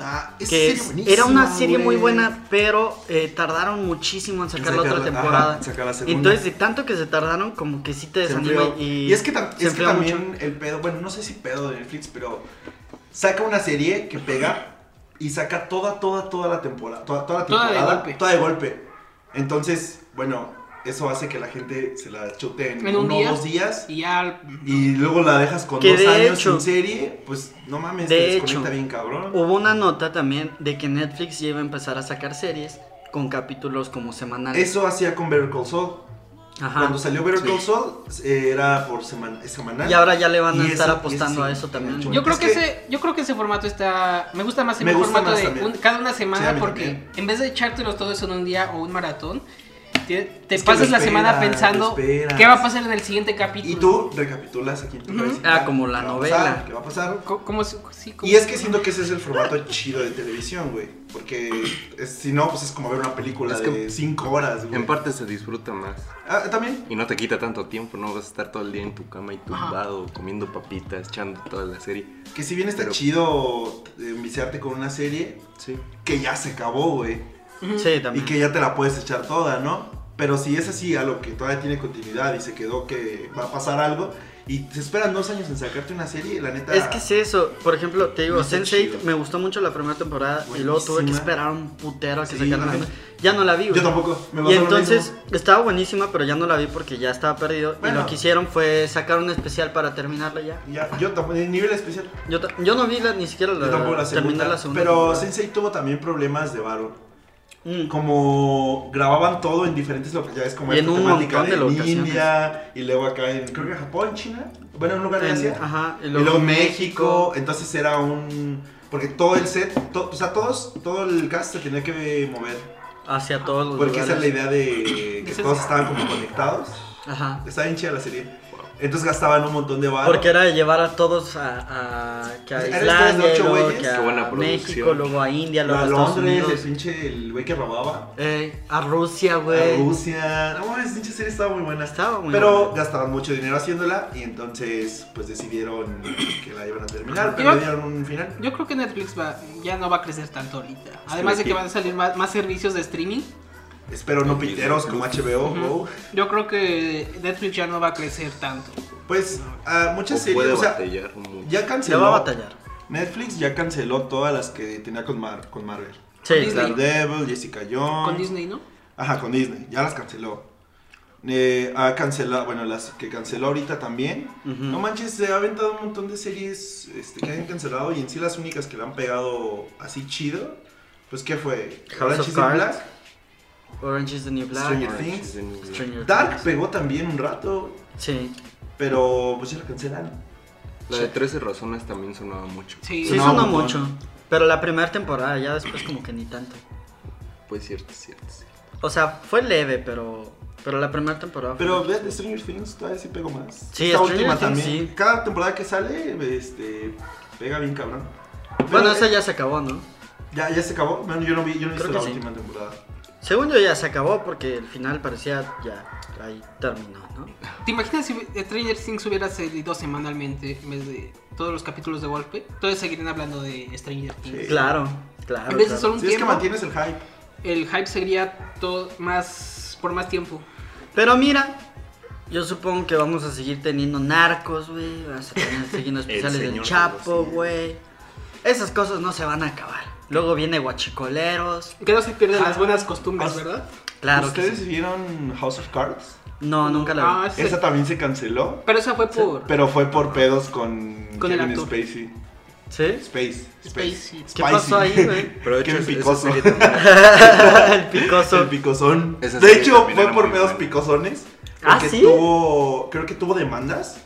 S1: Ah, esa
S2: que
S1: serie
S2: es-
S1: buenísima,
S2: era una serie muy
S1: güey.
S2: buena, pero eh, tardaron muchísimo en sacar la
S1: sacar
S2: otra
S1: la- ajá,
S2: temporada.
S1: en sacar la
S2: Y
S1: segunda.
S2: entonces, de tanto que se tardaron, como que sí te
S1: Se
S2: desanima
S1: enfrió.
S2: y,
S1: Y es que, tam-
S2: se
S1: es que
S2: enfrió mucho.
S1: también el pedo, bueno, no sé si pedo de Netflix, pero saca una serie que pega y saca toda, toda, toda la temporada. Toda, toda la
S3: Toda de
S1: temporada.
S3: golpe.
S1: toda de golpe. Entonces, bueno, eso hace que la gente se la chute en,
S3: En un
S1: uno o
S3: día.
S1: dos días
S3: Y ya.
S1: y luego la dejas con
S2: Que
S1: dos
S2: de
S1: años
S2: hecho-
S1: sin serie, pues no mames,
S2: de
S1: te desconecta
S2: hecho,
S1: bien cabrón.
S2: Hubo una nota también de que Netflix ya iba a empezar a sacar series con capítulos como semanales.
S1: Eso hacía con Better Call Saul.
S2: Ajá.
S1: Cuando salió Better
S2: Sí.
S1: Call Saul eh, era por semana, semanal.
S2: Y ahora ya le van a
S1: Y
S2: estar
S1: eso-
S2: apostando
S1: eso sí,
S2: a eso también.
S1: mucho.
S3: Yo creo
S1: Es
S3: que,
S1: que-
S3: ese, yo creo que ese formato está. Me gusta más el
S1: Me gusta
S3: formato
S1: más
S3: de
S1: también.
S3: un- cada una
S1: Sí, a
S3: semana
S1: mí
S3: porque
S1: también.
S3: en vez de echártelos todos en un día o un maratón, te, te
S1: Es que
S3: pasas
S1: lo
S3: la semana
S1: esperas,
S3: pensando
S1: lo esperas.
S3: qué va a pasar en el siguiente capítulo.
S1: Y tú recapitulas aquí. en tu
S3: Ujú.
S1: cabecita,
S2: Ah, como la
S1: ¿qué va a
S2: novela.
S1: pasar? ¿Qué va a pasar?
S3: Co- como si- sí, como-
S1: Y es que siento que ese es el formato chido de televisión, güey. Porque es- si no, pues es como ver una película
S4: Es que-
S1: de 5 horas, güey.
S4: En parte se disfruta más.
S1: Ah, También.
S4: Y no te quita tanto tiempo, no vas a estar todo el día en tu cama y tumbado, comiendo papitas, echando toda la serie.
S1: Que si bien está
S4: Pero-
S1: chido eh, viciarte con una serie
S4: Sí.
S1: que ya se acabó, güey.
S3: Ujú.
S2: Sí,
S1: Y
S2: también.
S1: que ya te la puedes echar toda, ¿no? Pero si es así, algo que todavía tiene continuidad y se quedó que va a pasar algo y se esperan dos años en sacarte una serie, la neta.
S2: Es que es eso, por ejemplo, te digo,
S1: No está
S2: Sense8
S1: chido.
S2: me gustó mucho la primera temporada y luego tuve que
S1: Buenísima.
S2: esperar un putero a que
S1: Sí,
S2: sacaran la
S1: ajá.
S2: segunda. Ya no la vi, güey.
S1: Yo tampoco. Me
S2: Y
S1: pasó lo
S2: entonces
S1: mismo.
S2: estaba buenísima, pero ya no la vi porque ya estaba perdido. Y lo
S1: Bueno.
S2: que hicieron fue sacar un especial para terminarla ya.
S1: Ya, yo tampoco. En nivel especial.
S2: Yo, ta- yo no vi la- ni siquiera la,
S1: yo tampoco la segunda.
S2: terminé la segunda.
S1: pero
S2: temporada.
S1: Sensei tuvo también problemas de varo.
S2: Mm.
S1: como grababan todo en diferentes localidades, como
S2: Y en
S1: esta
S2: un
S1: temática
S2: montón de
S1: en
S2: locaciones.
S1: India y luego acá en, creo que Japón, China, bueno, en un lugar de
S2: En-
S1: Asia,
S2: ajá, y
S1: y
S2: luego
S1: luego,
S2: México.
S1: México, entonces era un, porque todo el set, to- o sea, todos, todo el cast se tenía que mover,
S2: Hacia todos los
S1: porque
S2: lugares.
S1: esa es la idea de que
S3: Ese
S1: todos
S3: es-
S1: estaban como conectados,
S2: Ajá.
S1: está bien chida la serie, entonces gastaban un montón de barro,
S2: Porque era de llevar a todos a, a- que a
S1: Eran estos
S2: Islandia,
S1: de ocho
S2: luego
S1: güeyes.
S2: que a
S4: Qué buena
S2: México,
S4: producción.
S2: luego a India, luego a
S1: a
S2: Estados
S1: Londres, el
S2: Unidos,
S1: pinche, el güey que robaba,
S2: eh, a Rusia,
S1: a
S2: güey.
S1: Rusia. No mames, pinche serie estaba muy buena.
S2: Pues, Estaba muy
S1: Pero
S2: buena.
S1: gastaban mucho dinero haciéndola y entonces pues decidieron que la iban a terminar, pero
S3: Yo-
S1: le dieron un final.
S3: Yo creo que Netflix va, ya no va a crecer tanto ahorita. Además de que
S4: aquí-
S3: van a salir más, más servicios de streaming,
S1: Espero no piteros como HBO.
S3: Ujú.
S1: wow.
S3: yo creo que Netflix ya no va a crecer tanto.
S1: Pues ah, muchas
S4: O puede
S1: series, o sea,
S4: batallar mucho.
S1: ya
S2: Se va a
S1: canceló.
S2: batallar.
S1: Netflix ya canceló todas las que tenía con, Mar con Marvel.
S2: Sí,
S3: Disney.
S2: claro.
S1: Daredevil, Jessica Jones.
S3: Con Disney, ¿no?
S1: Ajá, con Disney, ya las canceló. Eh, ha cancelado, bueno, las que canceló ahorita también.
S2: Ujú.
S1: No manches, se ha aventado un montón de series este, que han cancelado y en sí las únicas que le han pegado así chido, pues ¿qué fue?
S2: House
S1: Orange
S2: of
S1: is the
S2: Cards,
S1: Black,
S2: Orange is the New Black.
S1: Stranger
S4: Orange
S1: Things.
S4: is the New Black.
S2: Stranger
S1: Dark
S2: Things.
S1: pegó también un rato,
S2: Sí.
S1: pero pues ya la cancelaron.
S4: La de 13 razones también sonaba mucho.
S3: Sí.
S2: Sí,
S1: No,
S2: sonó
S1: un
S2: mucho.
S1: montón.
S2: Pero la primera temporada, ya después como que ni tanto.
S4: Pues cierto, cierto, cierto.
S2: O sea, fue leve, pero. Pero la primera temporada. fue-
S1: Pero ve, de Stranger Things todavía sí pegó más.
S2: Sí,
S1: Esta
S2: Stranger
S1: última
S2: Things,
S1: también.
S2: sí.
S1: Cada temporada que sale, este, pega bien cabrón.
S2: Bueno,
S1: Pero,
S2: esa
S1: eh,
S2: ya se acabó, ¿no?
S1: ya, ya se acabó. Bueno, yo no vi, yo no he visto
S2: Creo que
S1: la
S2: sí.
S1: última temporada.
S2: Según yo ya se acabó porque el final parecía ya ahí terminó, ¿no?
S3: ¿Te imaginas si Stranger Things hubiera salido semanalmente en vez de todos los capítulos de golpe? Todos seguirían hablando de Stranger Things.
S1: Sí.
S2: Claro, claro.
S3: En vez de
S2: claro.
S3: solo un
S1: Si es que
S3: tiempo,
S1: mantienes el hype.
S3: el hype sería todo más por más tiempo.
S2: Pero mira, yo supongo que vamos a seguir teniendo narcos, güey. Vamos a tener siguiendo especiales del
S4: señor
S2: Chapo,
S4: Rocío.
S2: güey. Esas cosas no se van a acabar. Luego viene guachicoleros.
S3: Que no se pierdan
S1: Ah,
S3: las buenas costumbres,
S1: ah,
S3: ¿verdad?
S2: Claro que
S1: ¿Ustedes
S2: sí.
S1: vieron House of Cards?
S2: No, nunca la vi.
S3: Ah, sí.
S1: Esa también se canceló,
S3: Pero esa fue por
S1: pero fue por pedos con,
S3: Con el
S1: Kevin
S3: actor.
S1: Spacey.
S2: ¿Sí?
S1: Space.
S3: Spacey.
S2: ¿Qué pasó ahí, güey?
S4: Pero de hecho,
S1: Qué
S4: esa- esa
S1: picoso.
S4: serie también-
S2: el picoso.
S1: El picosón.
S4: Esa
S1: De
S4: serie
S1: hecho,
S4: también
S1: fue
S4: era
S1: por
S4: muy
S1: pedos
S4: buena.
S1: picosones.
S2: Ah,
S1: porque
S2: ¿sí?
S1: Tuvo, creo que tuvo demandas.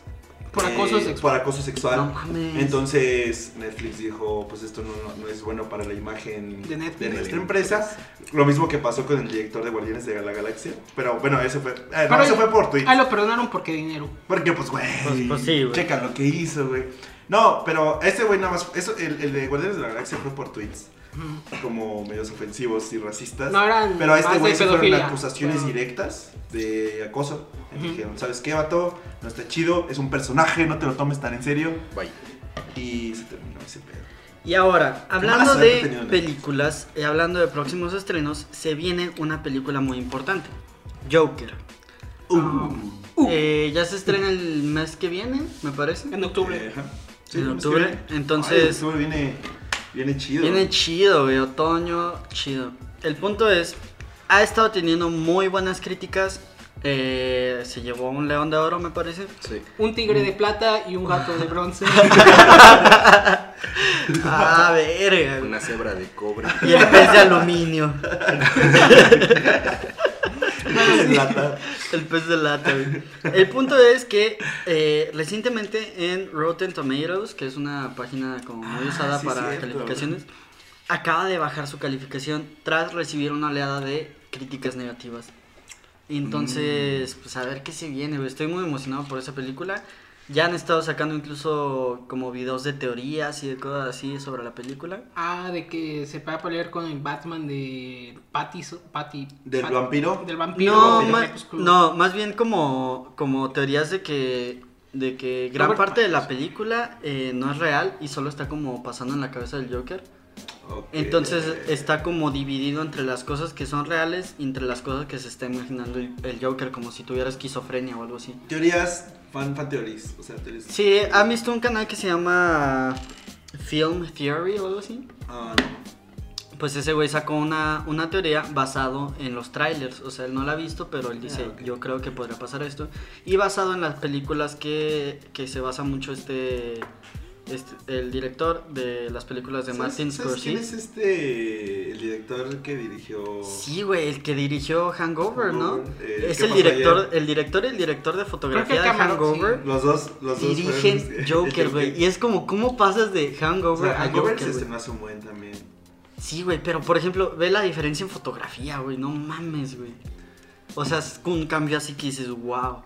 S3: Por
S1: eh,
S3: acoso sexual.
S1: Por acoso sexual.
S2: No mames.
S1: Entonces Netflix dijo, pues esto no, no- no es bueno para la imagen
S3: De Netflix.
S1: nuestra empresa. Lo mismo que pasó con el director de Guardianes de la Galaxia. Pero bueno, eso fue, eh, no,
S3: Pero-
S1: eso fue por Twitter.
S3: Ah, lo perdonaron porque dinero.
S1: Porque, pues, güey.
S2: Pues- pues sí, güey.
S1: Checa lo que hizo, güey. No, pero este güey nada más. Eso, el, el de Guardianes de la Galaxia fue por tweets. Como medios ofensivos y racistas.
S3: No, eran
S1: Pero a este
S3: más
S1: güey
S3: de
S1: se fueron
S3: pedofilia.
S1: acusaciones
S3: Pero-
S1: directas de acoso. Y
S3: Ujú.
S1: Dijeron, ¿sabes qué, vato? No está chido, es un personaje, no te lo tomes tan en serio.
S4: Bye.
S1: Y se terminó ese pedo.
S2: Y ahora, hablando
S1: mala suerte he
S2: de
S1: tenido, ¿no?
S2: películas y hablando de próximos estrenos, se viene una película muy importante, Joker.
S3: Ah,
S1: Uh.
S2: Eh, ya se estrena el mes que viene, me parece.
S3: En octubre.
S1: Eh, ajá.
S2: En
S1: es que
S2: octubre,
S1: viene.
S2: entonces-
S1: Ay, en octubre viene, viene chido.
S2: Viene chido, güey, otoño, chido. El punto es, ha estado teniendo muy buenas críticas, eh, se llevó un león de oro, me parece.
S1: Sí.
S3: Un
S1: eh.
S3: tigre de plata y un gato de bronce.
S2: Ah, verga. güey.
S4: Una cebra de cobre.
S2: Y el pez de aluminio. El pez de lata, güey. El punto es que eh, recientemente en Rotten Tomatoes, que es una página como muy
S1: Ah,
S2: usada
S1: sí,
S2: para
S1: cierto.
S2: calificaciones, acaba de bajar su calificación tras recibir una oleada de críticas negativas. Entonces,
S1: Mm.
S2: pues a ver qué se viene, güey. Estoy muy emocionado por esa película. Ya han estado sacando incluso como videos de teorías y de cosas así sobre la película.
S3: ah, de que se va a pelear con el Batman de Pattinson. Patty,
S1: ¿Del
S3: Pat-
S1: vampiro?
S3: Del vampiro.
S2: No,
S3: de
S2: ma-
S3: Crepúsculo.
S2: no, más bien como, como teorías de que, de que gran
S3: Robert
S2: parte de la película eh, no es real y solo está como pasando en la cabeza del Joker.
S1: Ok.
S2: Entonces
S1: eh,
S2: está como dividido entre las cosas que son reales y entre las cosas que se está imaginando el, el Joker, como si tuviera esquizofrenia o algo así.
S1: Teorías, fan, fan theories. O sea, teorías.
S2: Sí, ¿han visto un canal que se llama Film Theory o algo así?
S1: Ah,
S2: Pues ese güey sacó una, una teoría basado en los trailers, o sea, él no la ha visto, pero él dice,
S1: Ah, ok.
S2: yo creo que podría pasar esto, y basado en las películas que, que se basa mucho este, este- el director de las películas de
S1: no.
S2: Martin
S1: ¿Sabes- ¿sabes ¿Quién es
S2: Scorsese.
S1: este? El director que dirigió.
S2: Sí, güey, el que dirigió Hangover, ¿no?
S1: Hangover, eh,
S2: es
S1: ¿qué
S2: el
S1: pasó
S2: director,
S1: ayer?
S2: el director y el director de fotografía de
S3: Cameron,
S2: Hangover
S1: Los dos. Los dos fueron
S2: dirigen
S1: los que-
S2: Joker, güey, y es como, ¿cómo pasas de
S1: O
S2: Hangover
S1: sea,
S2: a
S1: Hangover
S2: Joker,
S1: se
S2: güey?
S1: estrenó hace un buen también.
S2: Sí, güey, pero por ejemplo, ve la diferencia en fotografía, güey, no mames, güey. O sea, es un cambio así que dices, wow.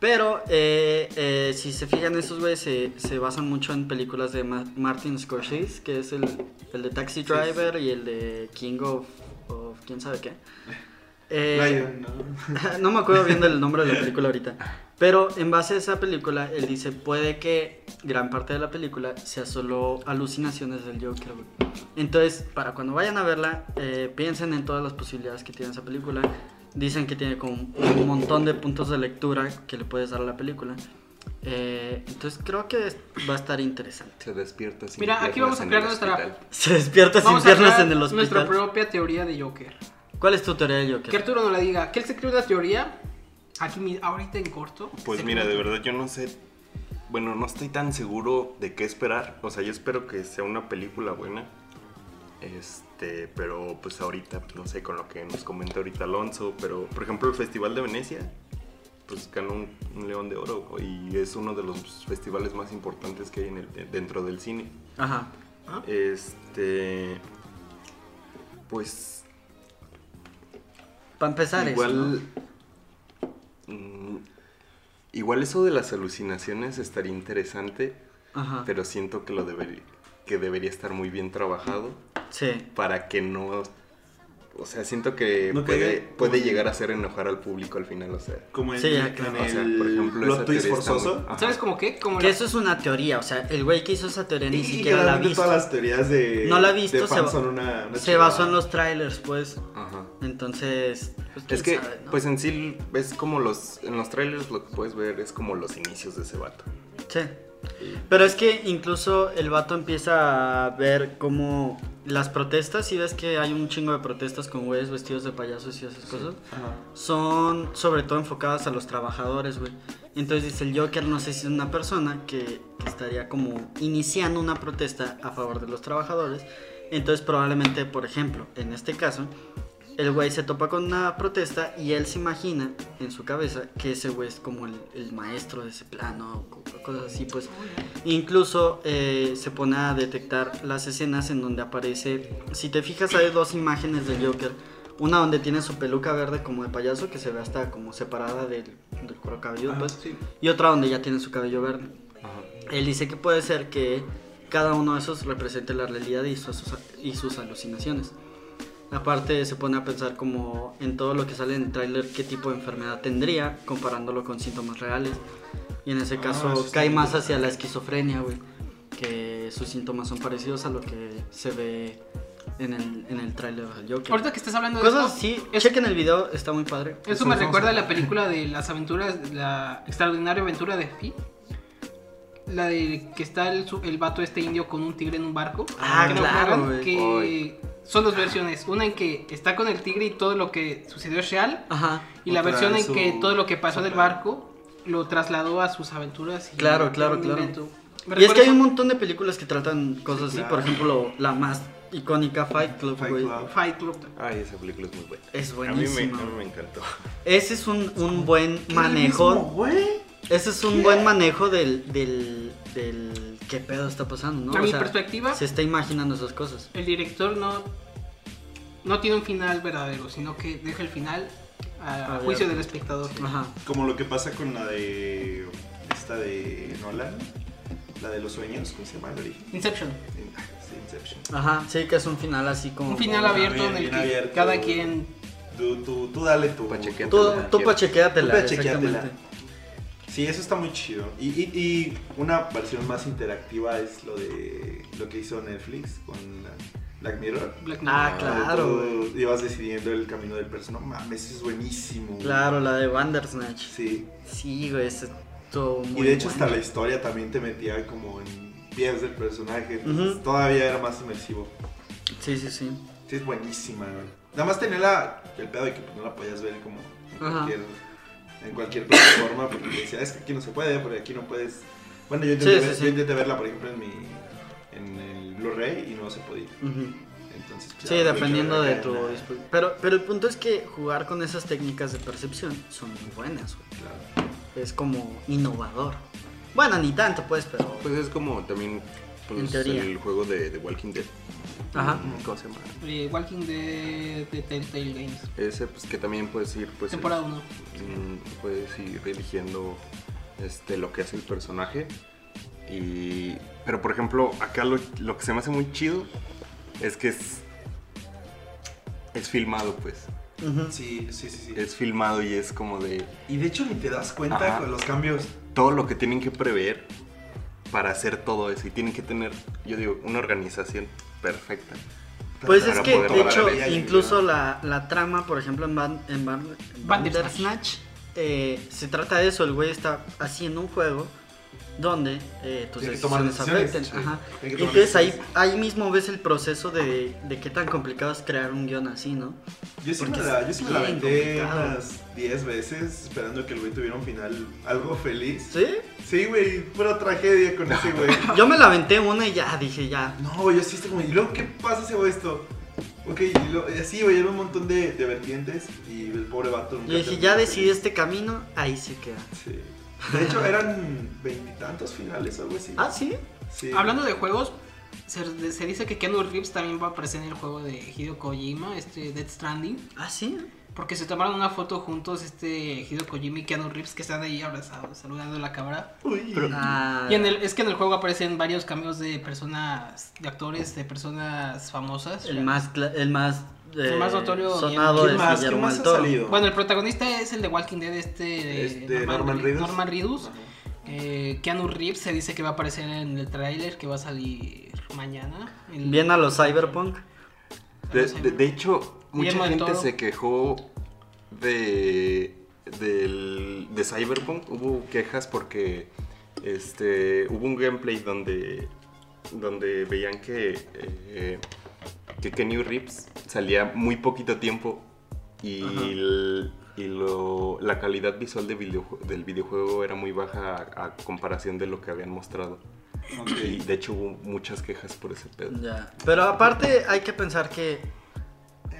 S2: Pero eh, eh, si se fijan, esos güeyes se, se basan mucho en películas de Ma- Martin Scorsese, que es el, el de Taxi Driver y el de King of, of quién sabe qué. Eh,
S1: Lion, ¿no?
S2: no me acuerdo bien del nombre de la película ahorita. Pero en base a esa película, él dice, puede que gran parte de la película sea solo alucinaciones del Joker, güey. Entonces, para cuando vayan a verla, eh, piensen en todas las posibilidades que tiene esa película. Dicen que tiene como un montón de puntos de lectura que le puedes dar a la película. Eh, entonces creo que es- va a estar interesante.
S4: Se despierta sin
S3: Mira, aquí
S4: piernas
S3: vamos a
S4: en
S3: crear
S4: el
S3: nuestra-
S4: hospital.
S2: Se despierta sin
S3: Vamos a
S2: piernas
S3: crear
S2: en el
S3: nuestra
S2: hospital.
S3: propia teoría de Joker.
S2: ¿Cuál es tu teoría del Joker?
S3: Que Arturo no la diga. Que él se cree una teoría. Aquí, mi- ahorita en corto.
S4: Pues
S3: Se
S4: mira,
S3: cree
S4: de
S3: una-
S4: verdad yo no sé. Bueno, no estoy tan seguro de qué esperar. O sea, yo espero que sea una película buena. Este, pero pues ahorita, no sé, con lo que nos comentó ahorita Alonso. Pero, por ejemplo, el Festival de Venecia, pues ganó un, un León de Oro. Y es uno de los festivales más importantes que hay en el- dentro del cine.
S2: Ajá.
S4: Este. Pues
S2: Para empezar, eso, ¿no?
S4: Igual. Mm, Igual eso de las alucinaciones estaría interesante,
S2: Ajá.
S4: pero siento que lo debería, que debería estar muy bien trabajado
S2: Sí.
S4: para que no. O sea, siento que
S1: No
S4: puede,
S1: caiga.
S4: puede llegar a hacer enojar al público al final, o sea.
S1: Como en,
S2: Sí, ya,
S1: en
S2: claro.
S1: el
S4: O sea, por ejemplo,
S1: plot
S4: esa
S1: twist
S4: teoría está muy-
S1: forzoso.
S4: Ajá.
S3: ¿Sabes cómo qué? Como
S2: Que
S3: la-
S2: eso es una teoría, o sea, el güey que hizo esa teoría ni
S1: Y
S2: siquiera la ha
S1: generalmente
S2: visto.
S1: todas las teorías de
S2: No la ha visto,
S1: de
S2: se
S1: fan
S2: ba-
S1: son una, una
S2: Se
S1: chulada.
S2: basó en los trailers, pues.
S4: Ajá.
S2: Entonces, pues, quién
S4: Es que,
S2: sabe, ¿no?
S4: pues en sí, ves como los. En los trailers lo que puedes ver es como los inicios de ese vato.
S2: Sí. Pero es que incluso el vato empieza a ver como las protestas, y ves que hay un chingo de protestas con güeyes vestidos de payasos y esas cosas,
S1: Ajá.
S2: son sobre todo enfocadas a los trabajadores, güey. Entonces dice el Joker, no sé si es una persona que, que estaría como iniciando una protesta a favor de los trabajadores. Entonces probablemente, por ejemplo, en este caso, el güey se topa con una protesta y él se imagina en su cabeza que ese güey es como el, el maestro de ese plano, co- cosas así, pues. Incluso eh, se pone a detectar las escenas en donde aparece, si te fijas hay dos imágenes del Joker, una donde tiene su peluca verde como de payaso que se ve hasta como separada del, del cuero cabelludo,
S1: Ah,
S2: pues,
S3: sí.
S2: y otra donde ya tiene su cabello verde.
S4: Ajá.
S2: Él dice que puede ser que cada uno de esos represente la realidad y sus, y sus alucinaciones. Aparte se pone a pensar como en todo lo que sale en el tráiler qué tipo de enfermedad tendría comparándolo con síntomas reales. Y en ese
S1: Ah,
S2: caso
S1: eso está
S2: cae más
S1: interesante.
S2: hacia la esquizofrenia, güey. Que sus síntomas son parecidos a lo que se ve en el, en el tráiler del Joker.
S3: Ahorita que estás hablando de
S2: Cosas
S3: esto,
S2: así,
S3: es-
S2: chequen el video, está muy padre.
S3: Eso me recuerda a la película de las aventuras, la extraordinaria aventura de Fi. La de que está el, su- el vato este indio con un tigre en un barco.
S2: Ah,
S3: que lo
S2: claro,
S3: agarran,
S2: güey.
S3: que, son dos versiones. Una en que está con el tigre y todo lo que sucedió es real.
S2: Ajá.
S3: Y la
S1: Otra
S3: versión en
S1: es
S3: que
S1: su-
S3: todo lo que pasó
S1: su
S3: del
S1: plan.
S3: barco lo trasladó a sus aventuras. y-
S2: Claro, claro, claro.
S3: invento. Me
S2: Y es
S3: recuerda
S2: que hay un
S3: mucho
S2: montón de películas que tratan cosas
S1: Sí,
S2: así.
S1: claro.
S2: Por ejemplo, la más icónica Fight Club,
S1: Fight
S2: güey.
S1: Club.
S3: Fight Club.
S4: Ay, esa película es muy buena.
S2: Es
S4: A mí me,
S2: buenísima.
S4: a mí me encantó.
S2: Ese es un, un buen
S1: Mismo,
S2: manejo.
S1: güey.
S2: Ese es un buen manejo del, del, del qué pedo está pasando, ¿no?
S3: A
S2: O
S3: mi
S2: sea,
S3: perspectiva,
S2: se está imaginando esas cosas.
S3: el director no, no tiene un final verdadero, sino que deja el final a, a juicio del espectador.
S2: Ajá.
S1: Como lo que pasa con la de. Esta de Nolan. La de los sueños, ¿cómo se llama? El origen.
S3: Inception.
S1: In- ah, sí, Inception.
S2: Ajá, sí, que es un final así como.
S3: Un final
S1: Ah,
S3: abierto
S1: bien,
S3: en el
S1: bien
S3: que
S1: abierto.
S3: cada quien
S1: Tú, tú, tú dale tu.
S4: Pa' chequear.
S1: tu-
S2: Tú,
S1: tu-
S2: tú pachequéatela,
S1: Tú pachequéatela.
S2: exactamente.
S1: Sí, eso está muy chido. Y, y, y una versión más interactiva es lo de lo que hizo Netflix con la Black Mirror.
S3: Black
S2: Ah,
S3: Mirror.
S2: claro,
S1: Donde tú ibas decidiendo el camino del personaje. No mames, eso es buenísimo. güey.
S2: Claro, la de Bandersnatch.
S1: Sí.
S2: Sí, güey, ese estuvo muy
S1: Y de hecho
S2: bueno.
S1: hasta la historia también te metía como en pies del personaje.
S2: Ujú.
S1: Todavía era más inmersivo.
S2: Sí, sí, sí.
S1: Sí, es buenísima, güey. Nada más tenía la, el pedo de que pues, no la podías ver como en
S2: Ajá.
S1: cualquier, en cualquier plataforma, porque te decía, es que aquí no se puede, porque aquí no puedes... Bueno, yo intenté,
S2: Sí, sí,
S1: ver-
S2: sí.
S1: yo intenté verla, por ejemplo, en mi en el Blu-ray y no se podía.
S2: Ujú.
S1: Entonces, pues,
S2: Sí,
S1: ya,
S2: dependiendo
S1: mucho
S2: de
S1: la
S2: tu...
S1: cadena,
S2: dispo- Pero, pero el punto es que jugar con esas técnicas de percepción son muy buenas, güey.
S1: claro.
S2: Es como innovador. Bueno, ni tanto, pues, pero...
S4: Pues es como también pues,
S2: En teoría.
S4: el juego de, de Walking Dead.
S2: Ajá.
S4: ¿Cómo se llama?
S3: Eh, Walking Dead de Telltale Games.
S4: Ese pues que también puedes ir pues...
S3: Temporada
S4: es-
S3: 1.
S4: Mm, puedes ir eligiendo este, lo que hace el personaje. Y, pero por ejemplo, acá lo, lo que se me hace muy chido es que es, es filmado, pues.
S2: Ujú.
S1: Sí, sí, sí, sí.
S4: Es filmado y es como de
S1: Y de hecho ni te das cuenta
S4: Ajá.
S1: con los cambios.
S4: todo lo que tienen que prever para hacer todo eso. Y tienen que tener, yo digo, una organización perfecta.
S2: Pues es
S4: Para
S2: que,
S4: poder
S2: de
S4: lograr
S2: hecho,
S4: el
S1: equilibrio.
S2: incluso la, la trama, por ejemplo, en, Ban- en Ban- en
S3: Bandersnatch.
S2: Bandersnatch, eh, se trata de eso. El güey está haciendo un juego donde eh, tus
S1: Tiene que tomar
S2: decisiones
S1: decisiones,
S2: afecten.
S1: sí.
S2: Ajá.
S1: Tiene que
S2: Y
S1: tomar
S2: entonces ahí,
S1: decisiones.
S2: ahí mismo ves el proceso de, de qué tan complicado es crear un guión así, ¿no?
S1: Yo sí me
S2: Porque
S1: la,
S2: es
S1: yo sí me la
S2: bien
S1: aventé
S2: complicado.
S1: unas 10 veces esperando que el güey tuviera un final algo feliz.
S2: ¿Sí?
S1: Sí, güey, pura tragedia con ese güey.
S2: Yo me la aventé una y ya dije, ya.
S1: No, güey, yo sí estoy como, ¿y luego qué pasa si hago esto? Ok, y lo- y así, güey, era un montón de, de vertientes y el pobre vato nunca
S2: Yo dije,
S1: terminó
S2: ya
S1: feliz.
S2: decidí este camino, ahí se queda.
S1: Sí. De hecho, eran veintitantos finales o algo así.
S2: Ah, sí.
S1: Sí.
S3: Hablando de juegos, se, se dice que Keanu Reeves también va a aparecer en el juego de Hideo Kojima, este Dead Stranding,
S2: Ah, sí.
S3: porque se tomaron una foto juntos este Hideo Kojima y Keanu Reeves que están ahí abrazados, saludando la cámara.
S1: Uy.
S2: Ah,
S3: Y en el, es que en el juego aparecen varios cambios de personas, de actores, de personas famosas.
S2: el más, cla- el más, eh,
S3: El más notorio,
S2: sonado
S1: ¿Quién
S2: es
S1: más? ¿Quién
S2: Guillermo
S1: más
S2: del
S1: ha
S2: Toro.
S1: salido?
S3: Bueno, el protagonista es el de Walking Dead, este,
S1: Este, Norman Reedus.
S3: Norman Reedus.
S1: Ajá.
S3: Eh, Keanu Reeves se dice que va a aparecer en el tráiler que va a salir mañana. El-
S2: Bien a los Cyberpunk.
S4: De, de- de hecho,
S3: Guillermo
S4: mucha
S3: del
S4: gente
S3: Toro.
S4: se quejó de, del- de Cyberpunk. Hubo quejas porque este, hubo un gameplay donde, donde veían que, eh, que Kenny Reeves salía muy poquito tiempo y,
S2: Ajá.
S4: el- y lo- la calidad visual de videojue- del videojuego era muy baja a, a comparación de lo que habían mostrado. Y
S1: Ok.
S4: de hecho hubo muchas quejas por ese pedo.
S2: Ya. Pero aparte hay que pensar que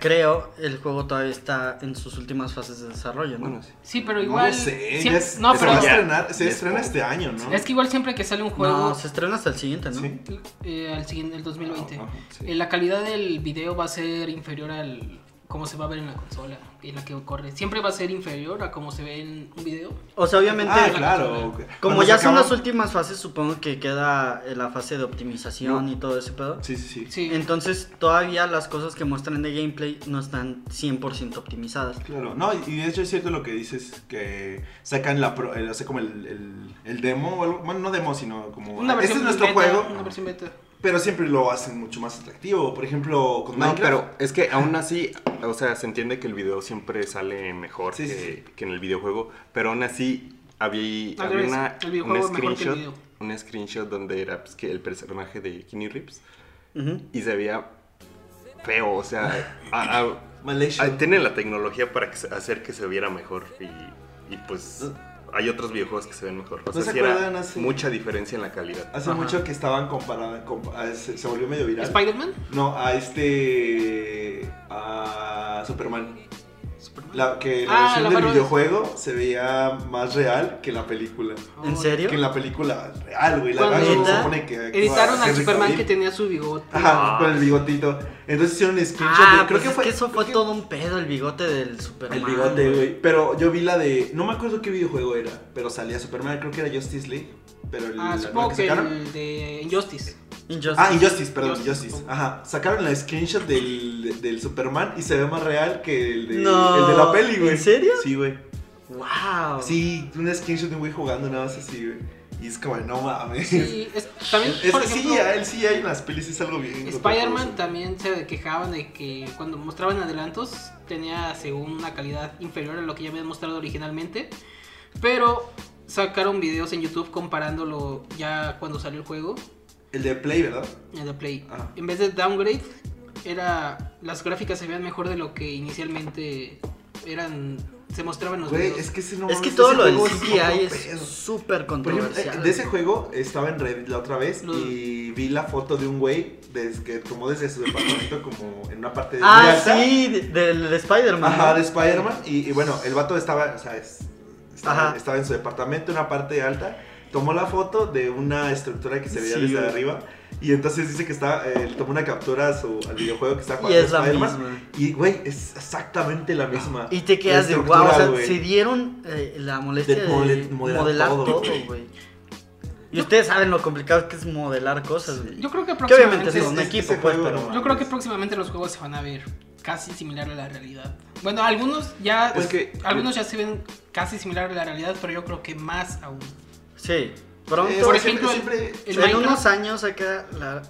S2: creo el juego todavía está en sus últimas fases de desarrollo, ¿no?
S4: Bueno, sí.
S3: Sí, pero
S1: No
S3: igual.
S1: lo sé,
S3: siem-
S1: ya es-
S3: no,
S1: se
S3: pero
S1: va a
S4: ya-
S1: estrenar, se
S4: ya es
S1: estrena
S4: poco.
S1: este año, ¿no?
S3: es que igual siempre que sale un juego
S2: No, se estrena hasta el siguiente, ¿no?
S1: Sí.
S3: eh, al siguiente, el 2020,
S1: Ah, ajá,
S4: sí.
S3: eh, la calidad del video va a ser inferior al cómo se va a ver en la consola, en la que corre. Siempre va a ser inferior a cómo se ve en un video.
S2: O sea, obviamente,
S1: Ah, claro. ok.
S2: como
S1: Cuando
S2: ya
S1: se
S2: son
S1: acaba-
S2: las últimas fases, supongo que queda eh, la fase de optimización y todo ese pedo.
S1: Sí, sí, sí.
S3: Sí.
S2: Entonces, todavía las cosas que muestran de gameplay no están 100% optimizadas.
S1: Claro, no, y de hecho es cierto lo que dices, que sacan la, pro- el- o sea, como el, el- el demo, o algo, bueno, no demo, sino como...
S3: una
S1: este
S3: versión
S1: es nuestro
S3: beta,
S1: juego,
S3: Una versión beta.
S1: pero siempre lo hacen mucho más atractivo, por ejemplo, con
S4: No,
S1: Minecraft.
S4: pero es que aún así, o sea, se entiende que el video siempre sale mejor
S1: Sí, sí,
S4: que, que en el videojuego, pero aún así había,
S3: Al
S4: había
S3: revés,
S4: una,
S3: el videojuego
S4: un
S3: es mejor que el
S4: screenshot, un screenshot donde era pues, que el personaje de Kenny Reeves
S2: Ujú.
S4: y se veía feo, o sea, a- a-
S1: Malaysia.
S4: a- tiene la tecnología para que se- hacer que se viera mejor y, y, pues hay otros videojuegos que se ven mejor. O
S1: ¿No
S4: sea,
S1: se
S4: sí era
S1: acuerdan hace-
S4: mucha diferencia en la calidad.
S1: Hace
S3: Ajá.
S1: mucho que estaban comparando, compa- ah, se, se volvió medio viral.
S3: ¿Spider-Man?
S1: no, a este, a Superman. La, que la
S3: Ah,
S1: versión
S3: la
S1: del
S3: Marvel.
S1: videojuego se veía más real que la película.
S2: ¿En serio?
S1: Que en la película real, güey. La
S3: Cuando
S1: verdad, se
S2: edita-
S1: supone que. actúa
S3: Editaron al
S1: Henry
S3: Superman
S1: Cavill.
S3: que tenía su bigote.
S1: Ajá, con el bigotito. Entonces hicieron un screenshot. de-
S2: Ah,
S1: creo
S2: pues
S1: que
S2: es
S1: fue.
S2: que eso fue
S1: creo que-
S2: todo un pedo, el bigote del Superman.
S1: El bigote, güey. Pero yo vi la de. No me acuerdo qué videojuego era. Pero salía Superman, creo que era Justice League. Pero el,
S3: Ah,
S1: la nueva
S3: supongo
S1: que
S3: que
S1: sacaron.
S3: el de Injustice.
S2: Injustice.
S1: Ah, Injustice, perdón, Injustice.
S3: Injustice.
S1: Ajá. Sacaron la screenshot del, del Superman y se ve más real que el de,
S2: No.
S1: el de la peli, güey.
S2: ¿En serio? Ah.
S1: Sí, güey.
S2: Wow.
S1: Sí, un screenshot de un güey jugando nada más así, güey. Y es como, no mames.
S3: Sí, es- también,
S1: Es
S3: por
S1: que
S3: ejemplo,
S1: sí, a él sí hay en las pelis, es algo bien.
S3: Spider-Man
S1: otra cosa.
S3: también se quejaban de que cuando mostraban adelantos tenía según una calidad inferior a lo que ya habían mostrado originalmente, pero sacaron videos en YouTube comparándolo ya cuando salió el juego,
S1: El de Play, ¿verdad?
S3: el de Play.
S1: Ajá.
S3: En vez de downgrade, era las gráficas se veían mejor de lo que inicialmente eran se mostraban los
S1: Güey,
S3: videos.
S1: es que ese no
S2: Es que
S1: mames,
S2: todo
S1: ese
S2: lo del
S1: juego es otro
S2: CGI es
S1: pedo.
S2: súper
S1: Por ejemplo, eh,
S2: controversial.
S1: de ese juego estaba en Reddit la otra vez
S3: No.
S1: y vi la foto de un güey desde que tomó desde su departamento como en una parte de muy
S2: Ah,
S1: alta.
S2: sí, de- del de Spider-Man.
S1: Ajá,
S2: ¿no?
S1: de Spider-Man. Y, y bueno, el vato estaba, o sea, es- estaba,
S2: Ajá.
S1: estaba en su departamento, una parte alta. Tomó la foto de una estructura que se veía
S2: Sí,
S1: desde
S2: güey.
S1: arriba. Y entonces dice que está, eh, tomó una captura a su, al videojuego que está
S2: Y
S1: jugando
S2: es la
S1: Spider-Man.
S2: misma.
S1: Y, güey, es exactamente la misma.
S2: Y te quedas de
S1: estructura,
S2: wow, o sea,
S1: güey.
S2: se dieron eh, la molestia
S1: De
S2: de,
S1: mole- modelar
S2: modelar,
S1: todo,
S2: todo,
S1: güey.
S2: güey. Y ustedes saben lo complicado que es modelar cosas, güey.
S3: Yo creo que
S2: Que obviamente
S3: próximamente este
S2: es un
S1: es-
S2: equipo,
S1: ese
S2: pues,
S1: juego,
S2: pero...
S1: no.
S3: Yo creo que próximamente los juegos se van a ver casi similar a la realidad. Bueno, algunos ya pues,
S1: Es que-
S3: algunos ya se ven casi similar a la realidad, pero yo creo que más aún.
S2: Sí,
S1: Eh,
S2: pronto...
S3: Por
S1: siempre-
S3: ejemplo,
S1: siempre-
S3: el
S2: en
S3: Minecraft-
S2: unos años acá la-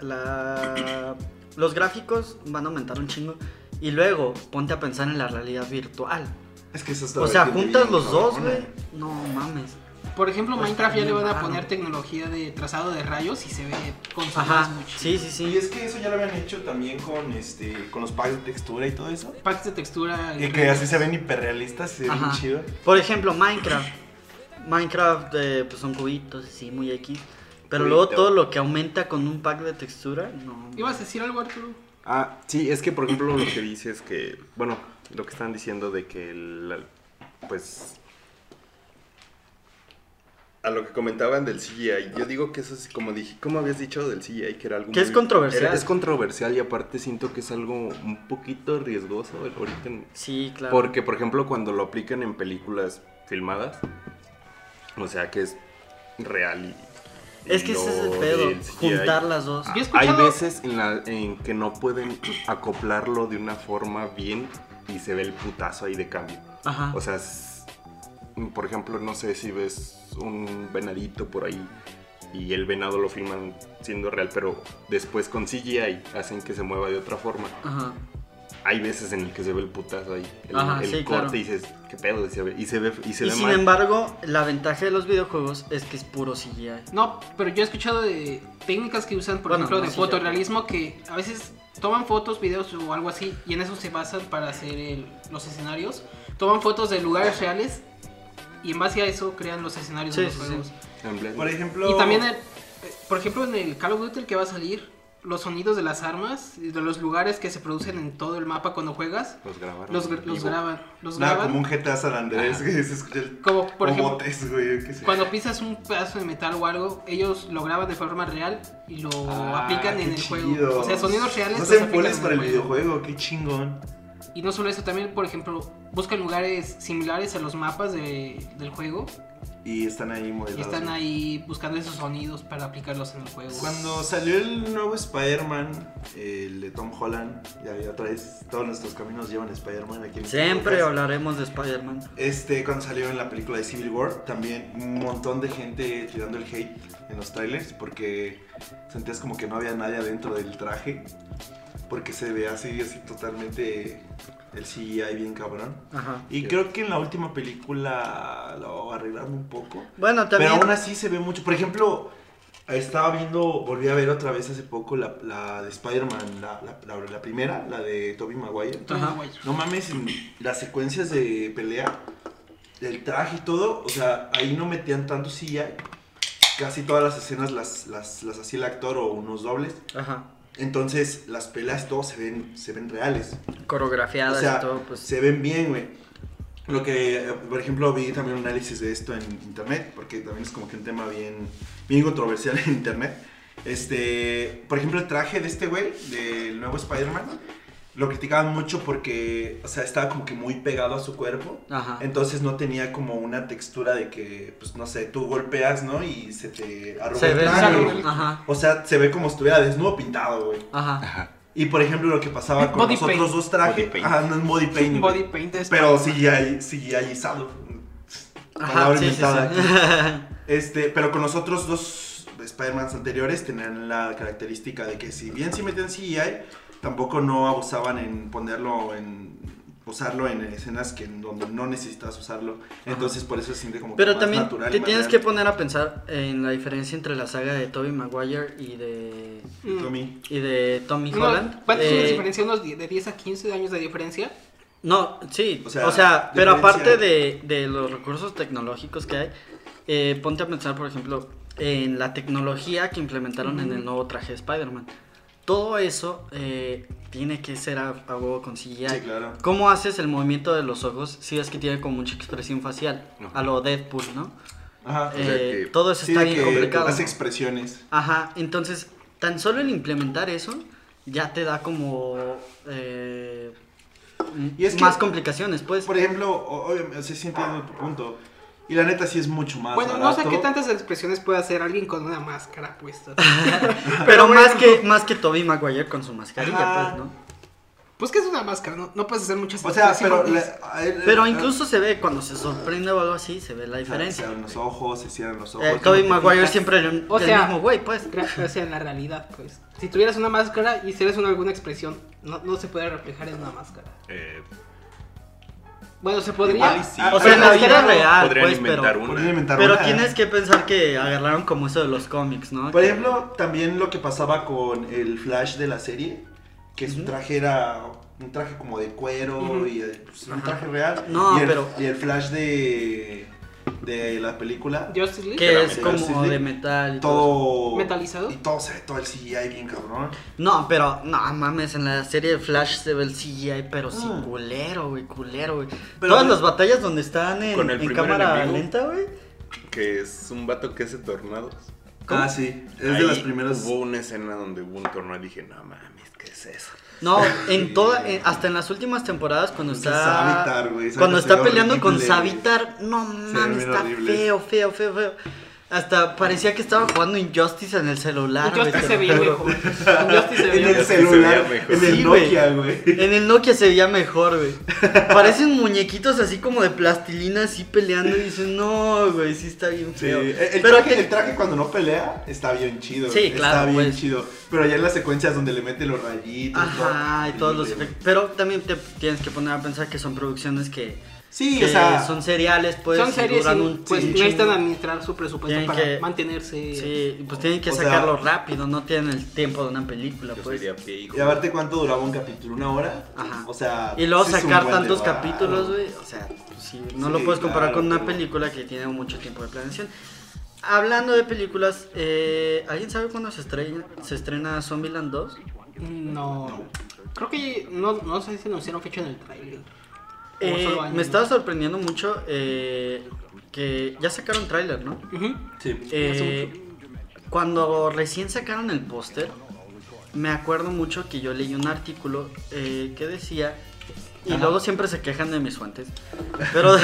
S2: la- los gráficos van a aumentar un chingo. Y luego ponte a pensar en la realidad virtual.
S1: Es que eso está
S2: O sea,
S1: bien
S2: juntas
S1: bien
S2: los dos,
S1: cabrona.
S4: eh.
S2: güey. No mames.
S3: Por ejemplo,
S2: Pues,
S3: Minecraft ya le van a
S2: claro.
S3: poner tecnología de trazado de rayos y se ve con sus
S2: Ajá,
S3: mucho.
S2: sí, sí,
S1: Y
S2: sí.
S1: es que eso ya lo habían hecho también con este con los packs de textura y todo eso.
S3: Packs de textura.
S1: Y que así se ven hiperrealistas y se ven
S2: Ajá.
S1: chido.
S2: Por ejemplo, Minecraft. Minecraft eh, pues son cubitos, sí, muy X. Pero luego
S4: Cubito.
S2: todo lo que aumenta con un pack de textura, no.
S3: ¿Ibas a decir algo, Arturo?
S4: Ah, sí, es que por ejemplo lo que dice es que, bueno, lo que están diciendo de que, el- pues, a lo que comentaban del CGI, yo digo que eso es como dije, como habías dicho del CGI que era algo
S2: Que es controversial.
S4: era- es controversial y aparte siento que es algo un poquito riesgoso el- ahorita, en-
S2: Sí, claro.
S4: porque por ejemplo cuando lo aplican en películas filmadas, o sea que es real y, y
S2: es que ese es el
S4: lo
S2: pedo,
S4: del CGI.
S2: juntar las dos.
S3: Yo he
S4: Ah, Hay
S3: escuchado-
S4: veces en, la- en que no pueden acoplarlo de una forma bien y se ve el putazo ahí de cambio.
S2: Ajá.
S4: O sea, es- por ejemplo, no sé si ves un venadito por ahí y el venado lo filman siendo real, pero después con CGI hacen que se mueva de otra forma.
S2: Ajá.
S4: Hay veces en el que se ve el putazo ahí, el,
S2: Ajá,
S4: el
S2: sí,
S4: corte
S2: claro.
S4: y dices, qué pedo, y se ve, y se ve, y se
S2: y
S4: ve
S2: sin
S4: mal.
S2: embargo, la ventaja de los videojuegos es que es puro CGI.
S3: No, pero yo he escuchado de técnicas que usan, por
S2: Bueno,
S3: ejemplo,
S2: no,
S3: de
S2: sí, ya.
S3: fotorrealismo que a veces toman fotos, videos o algo así y en eso se basan para hacer el- los escenarios. Toman fotos de lugares reales y en base a eso crean los escenarios
S2: Sí,
S3: de los
S2: sí,
S3: juegos.
S4: En plan-
S1: Por ejemplo.
S3: Y también, el- eh, por ejemplo, en el Call of Duty el que va a salir, los sonidos de las armas, y de los lugares que se producen en todo el mapa cuando juegas,
S4: los grabaron.
S3: los,
S4: en
S3: gr- los
S4: vivo.
S3: graban. Los
S1: Nada,
S3: graban
S1: como un GTA San Andrés, que se escucha el.
S3: como, por
S1: o
S3: ejemplo,
S1: botes, güey, que se-
S3: Cuando pisas un pedazo de metal o algo, ellos lo graban de forma real y lo
S1: Ah,
S3: aplican
S1: qué
S3: en el
S1: chido.
S3: juego. O sea, sonidos reales.
S1: No
S3: los
S1: se
S3: aplican
S1: pones
S3: en
S1: para el videojuego, qué chingón.
S3: Y no solo eso, también, por ejemplo, buscan lugares similares a los mapas de- del juego
S1: Y están ahí modelados.
S3: y están
S1: güey.
S3: ahí buscando esos sonidos para aplicarlos en el juego.
S1: Cuando salió el nuevo Spider-Man, el de Tom Holland, ya, ya otra vez, todos nuestros caminos llevan a Spider-Man aquí en
S2: Siempre
S1: Podcast.
S2: hablaremos de Spider-Man.
S1: Este, cuando salió en la película de Civil War, también un montón de gente tirando el hate en los trailers porque sentías como que no había nadie adentro del traje. Porque se ve así, así totalmente el CGI bien cabrón.
S2: Ajá.
S1: Y creo que en la última película lo arreglaron un poco.
S2: Bueno, también.
S1: Pero aún así se ve mucho. Por ejemplo, Estaba viendo, volví a ver otra vez hace poco la, la de Spider-Man, la, la- la- la primera, la de Tobey Maguire.
S3: Tobey Maguire.
S1: No mames, en las secuencias de pelea, el traje y todo, o sea, ahí no metían tanto CGI. Casi todas las escenas las, las, las hacía el actor o unos dobles.
S2: Ajá.
S1: Entonces, las peleas todo se ven, se ven reales. O
S2: Coreografiadas
S1: sea,
S2: y todo, pues.
S1: se ven bien, güey. Lo que, eh, por ejemplo, vi también un análisis de esto en internet, porque también es como que un tema bien, bien controversial en internet. Este, por ejemplo, el traje de este güey, del nuevo Spider-Man, lo criticaban mucho porque, o sea, estaba como que muy pegado a su cuerpo.
S2: Ajá.
S1: Entonces no tenía como una textura de que, pues no sé, tú golpeas, ¿no? Y se te arruga
S2: Se
S1: el
S2: ve.
S1: traje,
S3: algo.
S1: güey.
S2: Ajá.
S1: O sea, se ve como si estuviera desnudo pintado, güey.
S2: Ajá.
S1: Y por ejemplo, lo que pasaba con
S3: Body
S1: los otros
S3: paint.
S1: dos trajes.
S4: Body paint.
S1: Ajá, no es body paint. güey.
S3: Body paint es-
S1: Pero CGI, CGI izado.
S2: Ajá.
S1: Palabra
S2: Sí, sí,
S1: inventada
S2: sí.
S1: aquí. Este, pero con los otros dos Spider-Mans anteriores tenían la característica de que si bien sí metían CGI, tampoco no abusaban en ponerlo en usarlo en escenas que en donde no necesitas usarlo. Entonces por eso se siente como que
S2: Pero
S1: más
S2: también
S1: natural y
S2: te
S1: más
S2: tienes que
S1: real.
S2: poner a pensar en la diferencia entre la saga de Tobey Maguire y de.
S3: Mm.
S1: Tommy,
S2: y de Tommy
S3: No,
S2: Holland.
S3: ¿Cuántos años de
S2: Eh,
S3: diferencia? ¿Unos die- de 10 a 15 años de diferencia?
S2: No, sí, o
S1: O
S2: sea,
S1: sea,
S2: pero aparte
S1: diferencia-
S2: de, de los recursos tecnológicos que hay, eh, ponte a pensar, por ejemplo, en la tecnología que implementaron en el nuevo traje de Spider-Man. Todo eso eh, tiene que ser a, a huevo con CGI.
S1: Sí, claro.
S2: ¿Cómo haces el movimiento de los ojos si es que tiene como mucha expresión facial?
S4: No.
S2: A lo Deadpool, ¿no?
S1: Ajá.
S4: sea
S2: Eh,
S4: que-
S2: todo eso
S1: Sí,
S2: está
S1: de
S2: bien
S1: que
S2: complicado.
S1: Las
S2: ¿no?
S1: expresiones.
S2: Ajá, entonces, tan solo el implementar eso ya te da como eh, m-
S1: Y es que-
S2: más complicaciones, pues.
S1: Por ejemplo, o- obviamente, sí entiendo tu punto. Y la neta sí es mucho más
S3: Bueno, no sé
S1: barato.
S3: qué tantas expresiones puede hacer alguien con una máscara puesta.
S2: Pero
S3: bueno.
S2: más que más que Toby Maguire con su mascarilla,
S1: Ajá.
S2: pues, ¿no?
S3: Pues que es una máscara, no, no puedes hacer muchas
S1: O sea, pero...
S3: expresiones.
S1: la- a él- ah,
S2: Pero
S1: a-
S2: incluso se ve cuando se sorprende o algo así, se ve la
S1: Se
S2: diferencia.
S1: abren los ojos, se cierran Ah, los ojos.
S2: Eh, Toby
S1: no te
S2: Maguire
S1: fijas.
S2: siempre era un-
S3: O
S2: el
S3: sea-
S2: mismo güey, pues.
S3: Gra- O sea, en la realidad, pues. Si tuvieras una máscara y hicieras una, alguna expresión, no, no se puede reflejar en una máscara.
S4: Eh,
S3: Bueno, se podría.
S4: Igual y sí.
S1: Ah,
S2: O sea,
S1: pero
S2: en la
S1: no,
S2: vida
S1: no,
S2: real,
S4: podrían
S2: pues, pero,
S4: inventar
S1: Podrían
S4: una.
S1: inventar
S2: pero
S1: una.
S2: tienes que pensar que agarraron como eso de los cómics, ¿no?
S1: Por
S2: Que-
S1: ejemplo, también lo que pasaba con el Flash de la serie, que su traje era un traje como de cuero
S3: Ujú.
S1: y eh, pues, un traje real.
S2: No,
S1: y el,
S2: pero-
S1: Y el Flash de, de la película,
S3: Justice League.
S2: que
S1: la
S2: es
S1: Justice
S2: como
S1: League.
S2: de metal y todo.
S1: todo...
S3: ¿Metalizado?
S1: Y todo se ve todo el CGI bien cabrón.
S2: No, pero no mames, en la serie de Flash se ve el CGI, pero sí
S1: Ah.
S2: culero, güey, culero, güey.
S1: Pero-
S2: Todas las batallas donde están en,
S4: Con el
S2: en
S4: primer
S2: cámara
S4: enemigo.
S2: lenta, güey.
S4: Que es un vato que hace tornados.
S1: Ah, sí. Es
S4: Ahí
S1: de las primeras...
S4: Hubo una escena donde hubo un tornado y dije, no mames, ¿qué es eso?
S2: No, en toda, en- hasta en las últimas temporadas cuando
S1: Ese
S2: está
S1: Savitar, güey, esa
S2: cuando
S1: cosa
S2: está
S1: se ve
S2: peleando con
S1: horrible, güey.
S2: Savitar, no
S1: ve
S2: mames,
S1: bien
S2: está
S1: horrible.
S2: feo, feo, feo, feo. Hasta parecía que estaba jugando Injustice en el celular. güey, te
S3: Justice se
S2: lo
S3: veía
S2: juro.
S3: mejor. Justice se
S1: En el
S3: veía
S4: Es que
S3: mejor.
S4: se
S1: celular,
S4: veía mejor.
S1: en el
S2: Sí, güey.
S1: Nokia, güey.
S2: En el Nokia se veía mejor, güey. Parecen muñequitos así como de plastilina, así peleando. Y dices, no, güey, sí está bien
S1: Sí,
S2: feo.
S1: el, el
S2: Pero
S1: traje,
S2: que-
S1: el traje cuando no pelea está bien chido.
S2: Sí, claro,
S1: Está bien
S2: pues.
S1: chido. Pero ya en las secuencias donde le mete los rayitos.
S2: Ajá, y
S1: todo,
S2: todos los
S1: horrible,
S2: efectos. Pero también te tienes que poner a pensar que son producciones que,
S1: güey. Sí,
S2: que
S1: o sea.
S2: son seriales, pues,
S3: Son
S2: y
S3: series
S2: duran
S3: y,
S2: un
S3: pues,
S2: chingo.
S3: necesitan administrar su presupuesto
S2: Tienen
S3: para
S2: que-
S3: mantenerse.
S2: Sí, y pues tienen que
S1: O sea-
S2: sacarlo rápido, no tienen el tiempo de una película,
S4: Yo
S2: pues.
S4: soy de a pie, hijo.
S1: Y aparte, ¿cuánto duraba un capítulo? ¿Una hora?
S2: Ajá.
S1: O sea.
S2: Y luego
S1: sí es un
S2: sacar
S1: buen
S2: tantos
S1: de varo.
S2: capítulos, güey, o sea, pues, sí, no
S1: Sí,
S2: lo puedes comparar
S1: claro,
S2: con una
S1: pero-
S2: película que tiene mucho tiempo de planeación. Hablando de películas, eh, ¿alguien sabe cuándo se estrena, se estrena Zombieland 2?
S3: No. Creo que no, no sé si anunciaron fecha en el trailer.
S2: Eh, me estaba sorprendiendo mucho eh, que ya sacaron tráiler, ¿no?
S1: Sí.
S2: Eh, cuando recién sacaron el póster, me acuerdo mucho que yo leí un artículo eh, que decía, y luego siempre se quejan de mis fuentes, pero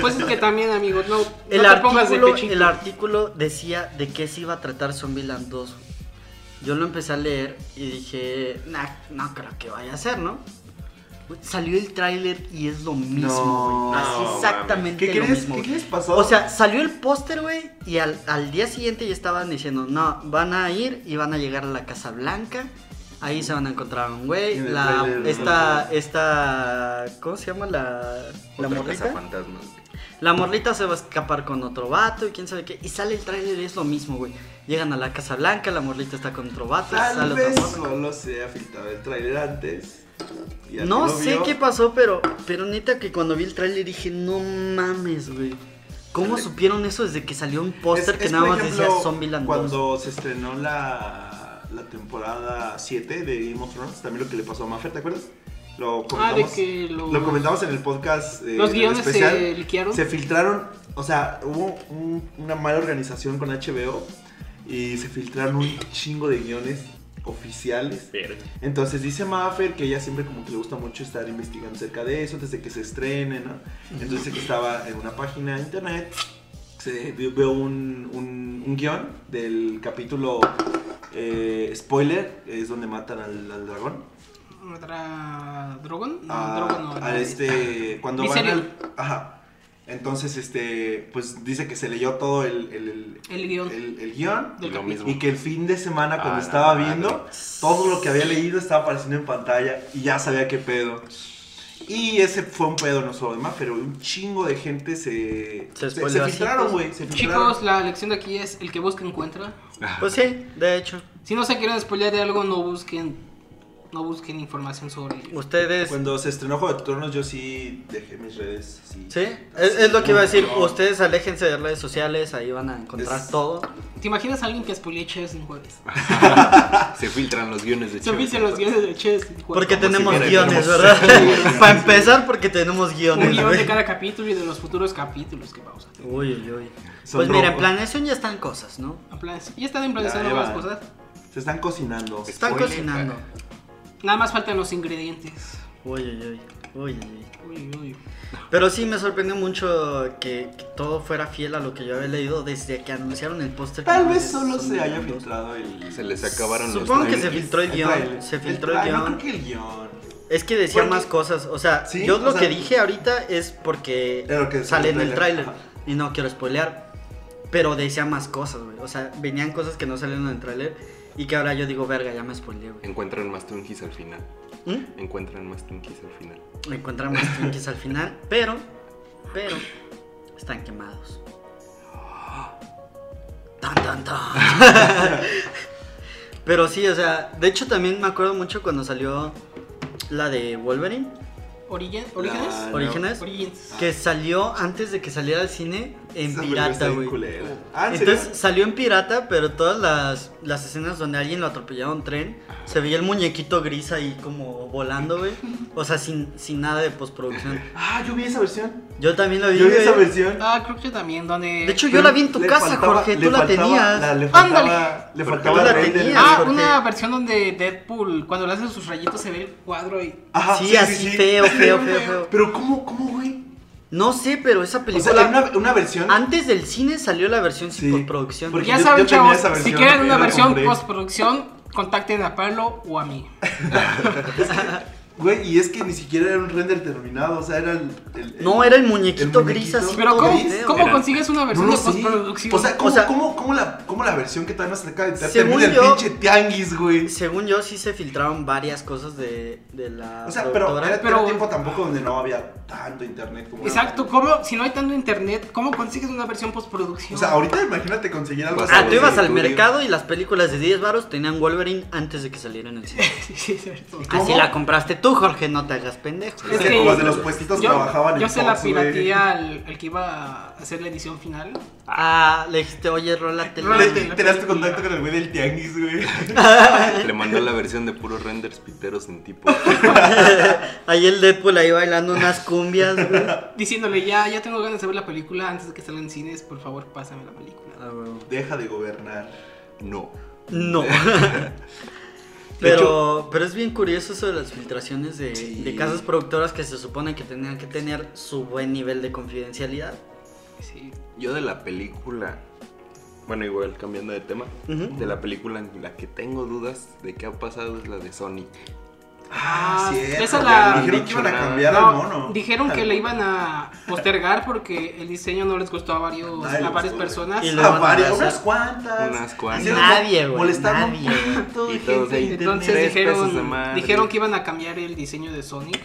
S3: Pues es que también, amigos, no, no
S2: el,
S3: te pongas de
S2: artículo,
S3: pechito.
S2: el artículo decía de qué se iba a tratar Zombieland 2. Yo lo empecé a leer y dije, nah, no creo que vaya a ser, ¿no? Güey, Salió el tráiler y es lo mismo,
S1: No,
S2: güey. Así
S4: mames.
S2: exactamente
S1: ¿Qué
S2: lo
S1: crees?
S2: mismo.
S1: ¿Qué
S2: güey.
S1: crees pasó?
S2: O sea, salió el póster, güey, y al, al día siguiente ya estaban diciendo, no, van a ir y van a llegar a la Casa Blanca, ahí se van a encontrar a un güey,
S1: En el
S2: la,
S1: trailer, ¿no?
S2: esta, esta, ¿cómo se llama la, la
S4: Otra casa
S2: morrita?
S4: fantasma. güey.
S2: La morlita se va a escapar con otro vato y quién sabe qué. Y sale el tráiler y es lo mismo, güey. Llegan a la Casa Blanca, la morlita está con otro vato,
S1: Tal
S2: sale
S1: vez
S2: otra morra.
S1: solo se ha filtrado el trailer antes. y al
S2: No
S1: que lo
S2: sé
S1: vio,
S2: qué pasó, pero, pero neta que cuando vi el tráiler dije, no mames, güey. ¿Cómo
S1: Dale.
S2: supieron eso desde que salió un póster
S1: Es-
S2: que
S1: es,
S2: nada
S1: por
S2: más
S1: ejemplo,
S2: decía Zombieland 2?
S1: Cuando se estrenó la, la temporada 7 de Game of Thrones, también lo que le pasó a Maffer, ¿te acuerdas? Lo
S3: Ah, de
S1: comentamos,
S3: que lo-
S1: lo comentamos en el podcast. eh,
S3: Los
S1: en el
S3: guiones se
S1: especial.
S3: liquearon.
S1: Se filtraron, o sea, hubo un- una mala organización con HBO y se filtraron un chingo de guiones oficiales.
S4: Verga.
S1: Entonces dice Maffer que ella siempre como que le gusta mucho estar investigando acerca de eso desde que se estrene, ¿no? Entonces dice que estaba en una página de internet, se vio vio un, un, un guión del capítulo eh, spoiler, es donde matan al, al dragón.
S3: ¿Otra Drogon? No,
S1: a,
S3: Drogon no.
S1: a
S3: no.
S1: Ah, este, cuando van
S3: Viserion.
S1: al- Ajá. Entonces, este, pues dice que se leyó todo el, el, el-
S3: El guión.
S1: el- el guión
S3: Del
S4: Lo
S3: capítulo.
S4: mismo.
S1: y que el fin de semana cuando
S4: Ah, la
S1: estaba
S4: madre.
S1: viendo, todo lo que había leído estaba apareciendo en pantalla y ya sabía qué pedo. Y ese fue un pedo no solo de más, pero un chingo de gente se
S2: Se
S1: se, se
S2: spoileó así,
S1: filtraron,
S2: pues.
S1: güey, se filtraron.
S3: Chicos, la lección de aquí es el que busca encuentra.
S2: Pues sí, de hecho.
S3: Si no se quieren spoilear de algo, no busquen, no busquen información sobre.
S2: Ustedes...
S1: Cuando se estrenó Juego de Tronos yo sí dejé mis redes. así.
S2: Sí, es, es lo que iba a decir.
S1: No.
S2: Ustedes aléjense de redes sociales, ahí van a encontrar
S1: Es-
S2: todo.
S3: ¿Te imaginas a alguien que spoilea Chess en jueves?
S4: Se filtran los guiones de
S3: Se
S4: Chivas.
S3: viste los guiones de Chess en jueves.
S2: Porque
S4: como
S2: tenemos
S4: si fuera-
S2: guiones,
S4: tenemos-
S2: ¿verdad? Para empezar, porque tenemos
S3: Un
S2: guiones.
S3: guión
S2: güey.
S3: de cada capítulo y de los futuros capítulos que vamos a tener.
S2: Uy, uy, uy.
S1: Son
S2: Pues mira, en
S1: rojos.
S2: planeación ya están cosas, ¿no?
S3: En plan, Ya están improvisando
S1: Ya, ya
S3: nuevas
S1: va.
S3: cosas.
S1: Se están cocinando.
S2: Están
S4: Spoiler.
S2: cocinando.
S3: Nada más faltan los ingredientes.
S2: Uy, uy, uy. Uy, uy, uy.
S3: Uy, uy.
S2: Pero sí me sorprendió mucho que, que todo fuera fiel a lo que yo había leído desde que anunciaron el póster. que
S1: Tal
S2: no
S1: vez
S2: es-
S1: solo
S2: son
S1: se haya
S2: guiones.
S1: filtrado el.
S4: Se les acabaron
S2: Supongo
S4: los
S2: que se
S4: trailers.
S2: filtró el guión.
S1: trailer.
S2: Se filtró el
S1: Ay, No creo
S2: guión.
S1: que el guión.
S2: Es que decía
S1: Porque-
S2: más cosas. O sea,
S1: Sí,
S2: yo
S1: o
S2: lo
S1: sea-
S2: que dije ahorita es porque
S1: Era lo que
S2: sale en
S1: decía
S2: el
S1: el
S2: tráiler.
S1: tráiler.
S2: Y no quiero spoilear. Pero decía más cosas, güey. O sea, venían cosas que no salieron en el tráiler. Y que ahora yo digo, verga, ya me spoileé, güey.
S4: Encuentran más Twinkies al final.
S2: ¿Mm?
S4: Encuentran más Twinkies al final.
S2: Me encontramos Twinkies al final, pero, pero, están quemados. Tan, tan, tan. pero sí, o sea, de hecho también me acuerdo mucho cuando salió la de Wolverine,
S3: Origi- ¿Orígenes?
S1: La- Ah, no.
S2: Orígenes,
S3: Origins.
S2: que salió antes de que saliera al cine en
S1: Ah. Esa película está
S2: pirata,
S1: bien
S2: güey.
S1: culera. Ah, ¿en serio?
S2: Entonces salió en pirata, pero todas las, las escenas donde alguien lo atropellaba un tren, se veía el muñequito gris ahí como volando, güey. O sea, sin, sin nada de postproducción.
S1: Ah, yo vi esa versión.
S2: Yo también la vi.
S1: Yo vi
S2: güey.
S1: esa versión.
S3: Ah, creo que yo también, donde.
S2: de hecho, yo la vi en tu
S1: Le
S2: casa,
S1: faltaba-
S2: Jorge.
S1: le
S2: Tú la
S1: faltaba-
S2: tenías.
S1: la- le faltaba,
S3: Ándale.
S1: le
S2: Tú
S1: faltaba
S2: la
S1: el rey del-
S2: tenías.
S3: Ah,
S2: porque-
S3: una versión donde Deadpool, cuando le hace sus rayitos, se ve el cuadro y.
S1: Ajá,
S2: sí, así feo, feo, feo, feo.
S1: Pero ¿cómo, cómo, güey?
S2: No sé, pero esa
S1: O
S2: película. Ah.
S1: sea, una, una versión.
S2: Antes del cine salió la versión sin
S1: Sí,
S2: postproducción.
S1: porque-
S3: Ya
S1: yo- yo
S3: saben,
S1: tenía
S3: chavos,
S1: esa
S3: si
S1: versión,
S3: quieren
S1: yo
S3: una
S1: la
S3: versión
S1: compré.
S3: postproducción, contacten a Pablo o a mí.
S1: Güey, y es que ni siquiera era un render terminado. O sea, era el. el- el-
S2: No, era el muñequito
S1: el
S2: gris
S1: muñequito
S2: así.
S3: Pero
S2: todo
S3: ¿cómo,
S2: feo.
S3: cómo
S4: Era-
S3: consigues una
S1: No
S3: versión
S1: lo
S3: de
S1: sé.
S3: postproducción?
S1: O sea, ¿cómo,
S2: O sea-
S1: cómo, cómo la, cómo la versión que todavía no se acaba de terminar
S2: Según
S1: el
S2: yo-
S1: pinche tianguis, güey?
S2: Según yo, sí se filtraron varias cosas de, de la.
S1: O sea, pero
S2: productora.
S1: era,
S3: Pero-
S1: pero tiempo tampoco donde no había tanto internet como
S3: Exacto,
S1: ahora.
S3: ¿cómo, si no hay tanto internet, ¿cómo consigues una versión postproducción?
S1: O sea, ahorita imagínate conseguir algo.
S4: Vas
S1: así.
S2: Ah, tú ibas
S4: Sí,
S2: al
S4: tú,
S2: mercado y las películas de 10 varos tenían Wolverine antes de que saliera en el cine.
S3: sí, sí, es cierto.
S1: ¿Cómo?
S2: Así la compraste tú, Jorge, no te hagas pendejo.
S1: Es que los de los puestitos
S3: yo,
S1: trabajaban en
S3: Yo se la
S1: Fox, güey.
S3: pirateé al, al que iba a hacer la edición final.
S2: Ah, le dijiste, oye, rólate. la-
S1: Le-
S3: Rólate.
S1: Tenías tu contacto con el güey del tianguis, güey.
S4: Le mandó la versión de puros renders piteros sin tipo.
S2: Ahí el Deadpool ahí bailando unas cumbias, güey. Ah,
S3: Diciéndole, ya, ya tengo ganas de ver la película antes de que salga en cines, por favor, pásame la película.
S2: Ah, huevo.
S1: Deja de gobernar.
S4: No.
S2: No. pero, pero es bien curioso eso de las filtraciones de,
S1: Sí.
S2: de casas productoras que se supone que tenían que tener su buen nivel de confidencialidad.
S3: Sí.
S4: Yo de la película. Bueno, igual cambiando de tema.
S2: Ujú.
S4: De la película en la que tengo dudas de qué ha pasado es la de Sonic.
S3: Ah,
S1: cierto,
S3: esa
S1: ya
S3: la-
S1: me Dijeron que
S4: dicho
S1: iban a
S4: nada.
S1: cambiar
S3: No,
S1: al mono.
S3: dijeron que le iban a postergar porque el diseño no les gustó a, varios,
S1: Nadie le
S3: a varias
S1: gustó,
S3: personas.
S2: Y
S1: A
S2: lo van a
S1: varias,
S2: hacer.
S1: unas cuantas.
S4: Unas cuantas.
S1: Hicieron
S2: Nadie,
S1: mo-
S2: güey,
S1: Molestaron
S2: nadie.
S1: un poquito de
S4: Y
S1: gente
S4: todos
S1: de
S4: ahí,
S1: internet.
S3: Entonces
S4: Tres pesos de
S3: dijeron,
S4: más.
S3: dijeron que iban a cambiar el diseño de Sonic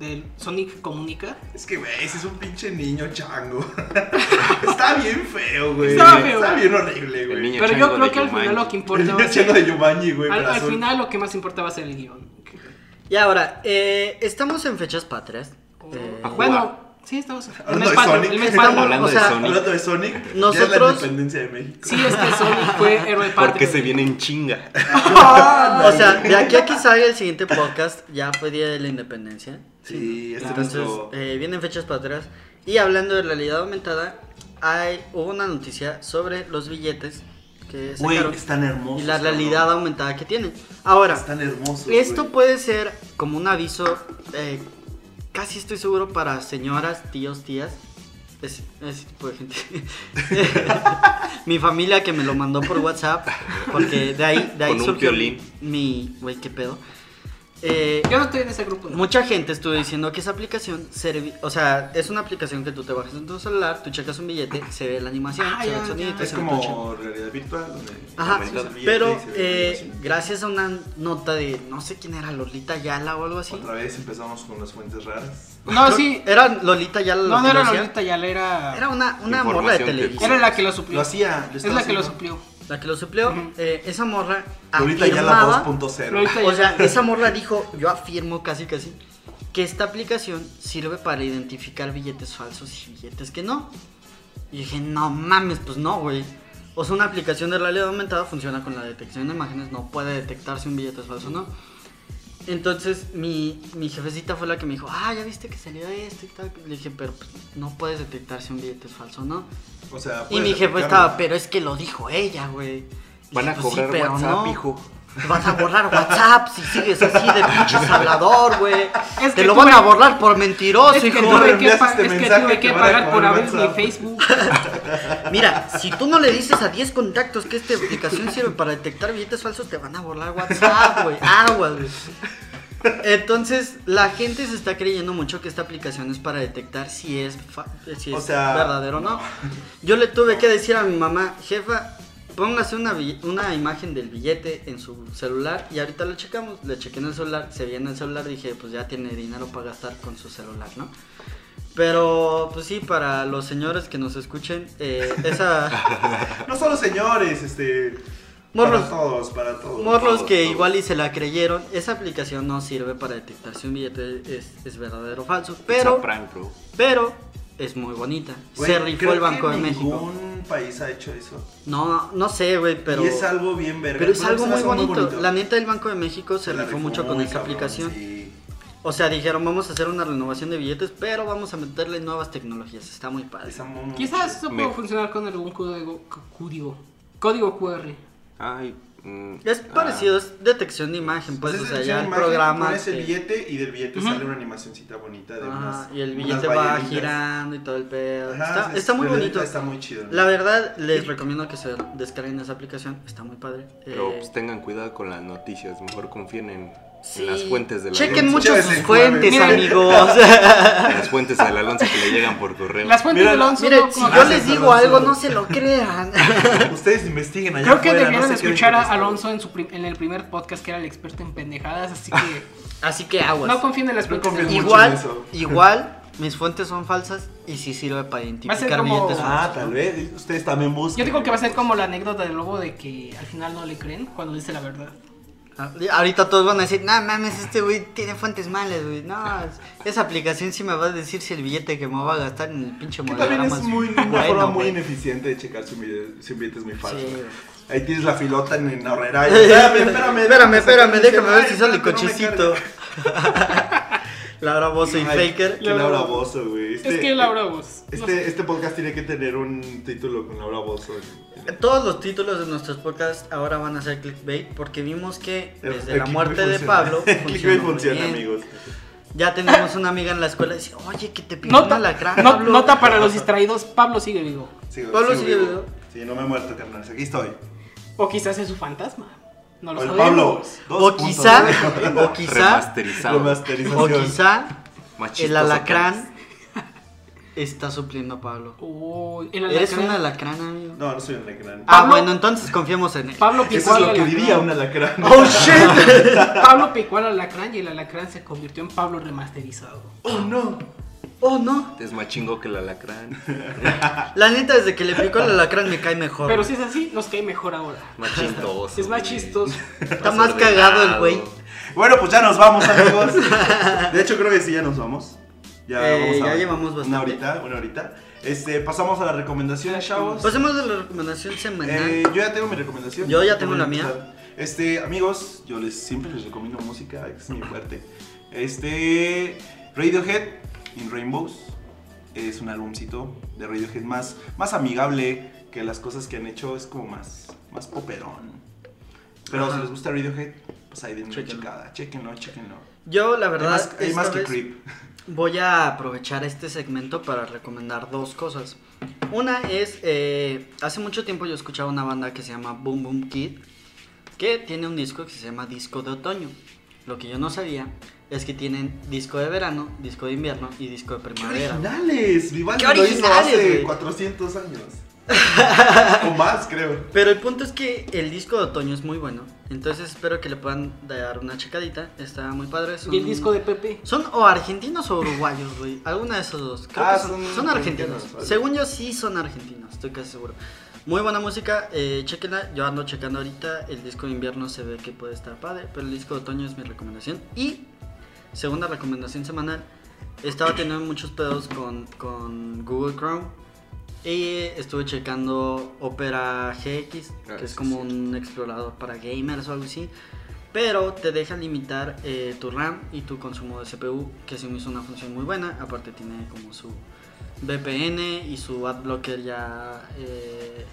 S3: del Sonic Comunica.
S1: Es que, güey, ese es un pinche niño chango. Está bien feo, güey.
S3: Está feo.
S1: Está bien horrible, güey.
S4: El niño
S3: Pero
S4: chango
S3: yo creo
S4: de
S3: que al final
S4: Jumanji.
S3: lo que
S1: El
S3: importaba.
S1: niño chango de Yumanji, güey.
S3: al, al
S1: brazón.
S3: final lo que más importaba es el guión.
S2: Y ahora, eh, estamos en fechas patrias. Eh,
S4: A jugar.
S3: bueno, sí, estamos. El
S1: Hablando
S3: mes
S1: de
S3: patrio,
S1: Sonic.
S3: el mes
S2: estamos,
S3: patrio.
S4: Hablando
S2: o
S4: de
S2: sea,
S4: Sony.
S1: Hablando de Sonic, ya es la
S2: Nosotros-
S1: independencia de México.
S3: Sí, es que Sonic fue héroe patrio.
S4: Porque se viene en chinga.
S2: o sea, de aquí a que salga el siguiente podcast, ya fue Día de la Independencia.
S1: Sí, este
S2: Entonces,
S1: nuestro-
S2: eh, vienen fechas patrias. Y hablando de realidad aumentada, hay, hubo una noticia sobre los billetes
S1: Güey,
S2: que
S1: este
S2: sacaron
S1: están hermosos.
S2: y la
S1: cabrón.
S2: realidad aumentada que tienen. Ahora,
S1: Están hermosos.
S2: esto
S1: güey.
S2: puede ser como un aviso, eh, casi estoy seguro, para señoras, tíos, tías. Es- ese tipo de gente. mi familia que me lo mandó por WhatsApp. Porque de ahí, de ahí
S4: Con un
S2: surgió
S4: violín.
S2: mi. Güey, qué pedo. Eh,
S3: Yo no estoy en ese grupo.
S2: Mucha gente estuvo diciendo que esa aplicación servi- o sea, es una aplicación que tú te bajas en tu celular, tú checas un billete, se ve la animación,
S3: Ah,
S2: se ve
S3: ya,
S2: el sonido,
S3: ya.
S2: se
S1: Es
S2: ve todo chido.
S1: como realidad virtual. donde
S2: Ajá,
S1: aumentas el billete
S2: pero
S1: y se ve
S2: eh,
S1: la animación.
S2: gracias a una nota de no sé quién era, Lolita Yala o algo así.
S1: Otra vez empezamos con las fuentes raras.
S3: No, Ah, sí.
S2: Era Lolita Yala la
S3: No, no
S2: que lo
S3: era
S2: hacía.
S3: Lolita Yala, era.
S2: Era una, una
S4: Información
S2: morra de
S4: que-
S2: televisión.
S3: Era la que lo
S1: Lo
S3: suplió.
S1: hacía.
S3: Es la que lo suplió.
S2: La que lo suplió.
S3: Ujú.
S2: eh, esa morra
S1: Ahorita ya
S2: afirmaba-
S1: la 2.0.
S3: Lolita
S2: O sea,
S3: Yala.
S2: esa morra dijo, yo afirmo casi casi, que esta aplicación sirve para identificar billetes falsos y billetes que no. Y dije, no mames, pues no, güey. O sea, una aplicación de realidad aumentada funciona con la detección de imágenes, no puede detectar si un billete es falso o no. Entonces mi, mi jefecita fue la que me dijo, ah, ya viste que salió esto y tal. Le dije, pero pues, no puedes detectar si un billete es falso o no.
S1: O sea,
S2: Y
S1: puedes
S2: mi jefe
S1: aplicarlo.
S2: estaba, pero es que lo dijo ella, güey.
S4: Van a
S2: Dije, pues
S4: cobrar
S2: pero
S4: WhatsApp, hijo.
S2: Vas a borrar WhatsApp si sigues así de pinche hablador, güey.
S3: Es
S2: Te
S3: que
S2: lo
S3: tú
S2: van a
S3: me-
S2: borrar por mentiroso,
S3: Es que
S2: hijo.
S3: tuve que,
S1: enviaste
S3: pa-
S1: este
S3: es que
S1: mensaje,
S3: tuve que
S1: te van a
S3: pagar por
S1: cobrar
S3: abrir mi
S1: WhatsApp.
S3: Facebook.
S2: Mira, si tú no le dices a 10 contactos que esta aplicación sirve para detectar billetes falsos, te van a borrar WhatsApp, güey. Aguas, güey. Entonces, la gente se está creyendo mucho que esta aplicación es para detectar si es, fa- si es
S1: O sea,
S2: verdadero o no. Yo le tuve que decir a mi mamá, jefa, póngase una, bill- una imagen del billete en su celular y ahorita lo checamos. Le chequé en el celular, se veía en el celular, dije, pues ya tiene dinero para gastar con su celular, ¿no? Pero, pues sí, para los señores que nos escuchen, eh, esa...
S1: No solo señores, este.
S2: Morros.
S1: Para todos, para todos.
S2: Morros
S4: Todos,
S2: que
S4: todos.
S2: igual y se la creyeron, esa aplicación no sirve para detectar si un billete es, es verdadero o falso, pero,
S4: It's a prank, bro.
S2: pero es muy bonita.
S1: Güey,
S2: Se rifó
S1: creo
S2: el Banco
S1: que
S2: de México.
S1: Ningún país ha hecho eso.
S2: No, no sé, güey, pero...
S1: y es algo bien verga.
S2: Pero es
S1: Bueno,
S2: algo
S1: se me
S2: muy
S1: hace
S2: bonito. La neta, el Banco de México se
S1: La
S2: rifó mucho con
S1: muy
S2: esa
S1: cabrón,
S2: aplicación.
S1: sí.
S2: O sea, dijeron, vamos a hacer una renovación de billetes, pero vamos a meterle nuevas tecnologías. Está muy padre.
S1: Está muy- muy
S3: Quizás eso
S4: Me-
S3: puede funcionar con algún código, código, código QR.
S4: Ay. mm,
S2: Es
S4: ah.
S2: parecido, es detección de imagen, pues,
S1: Pues
S2: o
S1: es
S2: sea,
S1: el
S2: ya el
S1: imagen,
S2: programa...
S1: Pones el
S2: que-
S1: billete y del billete
S3: Ujú.
S1: sale una animacioncita bonita de
S2: Ajá,
S1: unas.
S2: y el
S1: unas
S2: billete va
S1: ballenitas.
S2: girando y todo el pedo.
S1: Ajá,
S2: está,
S1: es-
S2: está muy
S1: la neta
S2: bonito.
S1: Está muy chido. ¿no?
S2: La verdad, les recomiendo que se descarguen esa aplicación. Está muy padre.
S4: Pero
S2: Eh,
S4: pues, tengan cuidado con las noticias. Mejor confíen en,
S2: sí.
S4: en las fuentes del
S2: Chequen
S4: Alonso.
S2: mucho
S1: Chévese,
S2: sus
S1: joven.
S2: fuentes,
S1: Miren.
S2: amigos.
S4: Las fuentes del Alonso que le llegan por correo.
S3: Las fuentes
S1: Mira,
S3: de Alonso.
S2: Miren,
S3: ¿no?
S2: si
S3: Como
S2: yo
S3: que-
S2: les
S1: Gracias,
S2: digo algo,
S1: Alonso.
S2: no se lo crean.
S1: Ustedes investiguen allá.
S3: Creo que
S1: afuera, no
S3: debieron
S1: se queden
S3: escuchar
S1: con
S3: a
S1: esto.
S3: Alonso en, su prim- en el primer podcast que era el experto en pendejadas, así que
S2: Así que aguas.
S3: no confíen en las
S1: Pues, No
S3: fuentes. de
S1: confíen
S3: Alonso.
S1: mucho. en
S2: igual,
S1: eso.
S2: igual, mis fuentes son falsas y sí sirve para identificar
S3: como-
S2: billetes
S1: Ah,
S2: falsos.
S1: tal vez. Ustedes también buscan.
S3: Yo digo que va a ser como la anécdota del lobo de que al final no le creen cuando dice la verdad.
S2: Ah, Ahorita todos van a decir, no mames, este güey tiene fuentes malas, güey. No, es- esa aplicación sí me va a decir si el billete que me va a gastar en el pinche
S1: Que
S2: modelo
S1: también es muy, una forma muy ineficiente de checar si un billete, si un billete es muy falso.
S2: Sí.
S1: Ahí tienes la filota en, en horrera. y-
S2: Espérame, espérame, espérame, espérame, déjame ver si
S1: Ay,
S2: sale
S1: espérate, no me
S2: cochecito. Laura Bozo y
S1: Ay,
S2: Faker.
S1: Qué Laura Bozo, güey. Este-
S3: es que Laura vos. no sé.
S1: Este, este podcast tiene que tener un título con Laura Bozo.
S2: Todos los títulos de nuestros podcasts ahora van a ser clickbait porque vimos que
S1: El-
S2: desde
S1: el
S2: la
S1: clickbait
S2: muerte de
S1: funciona.
S2: Pablo
S1: El clickbait
S2: muy
S1: funciona,
S2: bien.
S1: amigos.
S2: Ya tenemos una amiga en la escuela y dice, oye, que te pintó
S3: Nota,
S2: una lacra.
S3: no- nota para los distraídos, Pablo sigue vivo.
S1: Sigo-
S2: Pablo
S1: sigo
S2: sigue
S1: vivo.
S2: vivo.
S1: Sí, no me he muerto, carnal. Aquí estoy.
S3: O quizás es su fantasma. No lo
S1: O el
S3: sabemos.
S1: Pablo.
S2: O quizá, o quizá,
S4: Remasterizado.
S1: Remasterización.
S2: o quizá
S4: Más
S2: el
S4: chistoso
S2: alacrán Está supliendo a Pablo.
S3: Uy, el
S2: Eres
S3: alacrán.
S2: un alacrán, amigo.
S1: No, no soy un alacrán.
S2: Ah,
S3: Pablo-
S2: bueno, entonces confiemos en él.
S3: Pablo picó
S1: Eso es
S3: al
S1: lo que
S3: alacrán.
S1: diría un alacrán.
S2: ¡Oh, shit!
S3: Pablo picó al alacrán y el alacrán se convirtió en Pablo remasterizado.
S1: ¡Oh, no!
S2: ¡Oh, no!
S4: Es más chingo que el alacrán.
S2: La neta, desde que le picó el alacrán me cae mejor.
S3: Pero si es así, nos cae mejor ahora.
S4: Más chistoso.
S3: Es más
S4: güey.
S3: chistoso.
S2: Está más cagado el güey.
S1: Bueno, pues ya nos vamos, amigos. De hecho, creo que sí, ya nos vamos. Ya,
S2: Eh,
S1: vamos a-
S2: ya llevamos
S1: Una
S2: bastante. Pues
S1: horita, una horita. Este, pasamos a las recomendaciones, chavos.
S2: Pasemos de la recomendación semanal.
S1: Eh, yo ya tengo mi recomendación.
S2: Pues Yo ya tengo la
S1: Voy a
S2: mía.
S1: empezar. Este, amigos, yo les siempre les recomiendo música, es mi fuerte. Este, Radiohead in Rainbows es un álbumcito de Radiohead más, más amigable que las cosas que han hecho, es como más, más poperón. Pero
S2: Ajá.
S1: si les gusta Radiohead, pues ahí denle una
S2: Chéquenlo.
S1: checada, chéquenlo, chéquenlo.
S2: Yo, la
S1: Hay
S2: verdad,
S1: más, hay
S2: esta
S1: más que
S2: vez
S1: Creep.
S2: voy a aprovechar este segmento para recomendar dos cosas. Una es, eh, hace mucho tiempo yo escuchaba una banda que se llama Boom Boom Kid, que tiene un disco que se llama Disco de Otoño. Lo que yo no sabía es que tienen disco de verano, disco de invierno y disco de
S1: ¡Qué
S2: primavera.
S1: originales! Vivaldi
S2: ¡Qué
S1: lo hizo
S2: originales,
S1: hace
S2: güey!
S1: 400 años. o más, creo.
S2: Pero el punto es que el disco de otoño es muy bueno. Entonces espero que le puedan dar una checadita. Está muy padre. son-
S3: Y el disco de Pepe.
S2: Son o argentinos o uruguayos, güey. Alguna de esos dos. Creo
S1: Ah,
S2: que son,
S1: son
S2: son argentinos.
S1: argentinos, vale.
S2: Según yo, sí son argentinos. Estoy casi seguro. Muy buena música. Eh, chequenla. Yo ando checando ahorita. El disco de invierno se ve que puede estar padre. Pero el disco de otoño es mi recomendación. Y segunda recomendación semanal. Estaba teniendo muchos pedos con, con Google Chrome. Y estuve checando Opera GX,
S4: Ah,
S2: que es
S4: sí,
S2: como
S4: sí.
S2: un explorador para gamers o algo así. Pero te deja limitar eh, tu RAM y tu consumo de CPU, que se me hizo una función muy buena. Aparte tiene como su VPN y su ad blocker ya eh,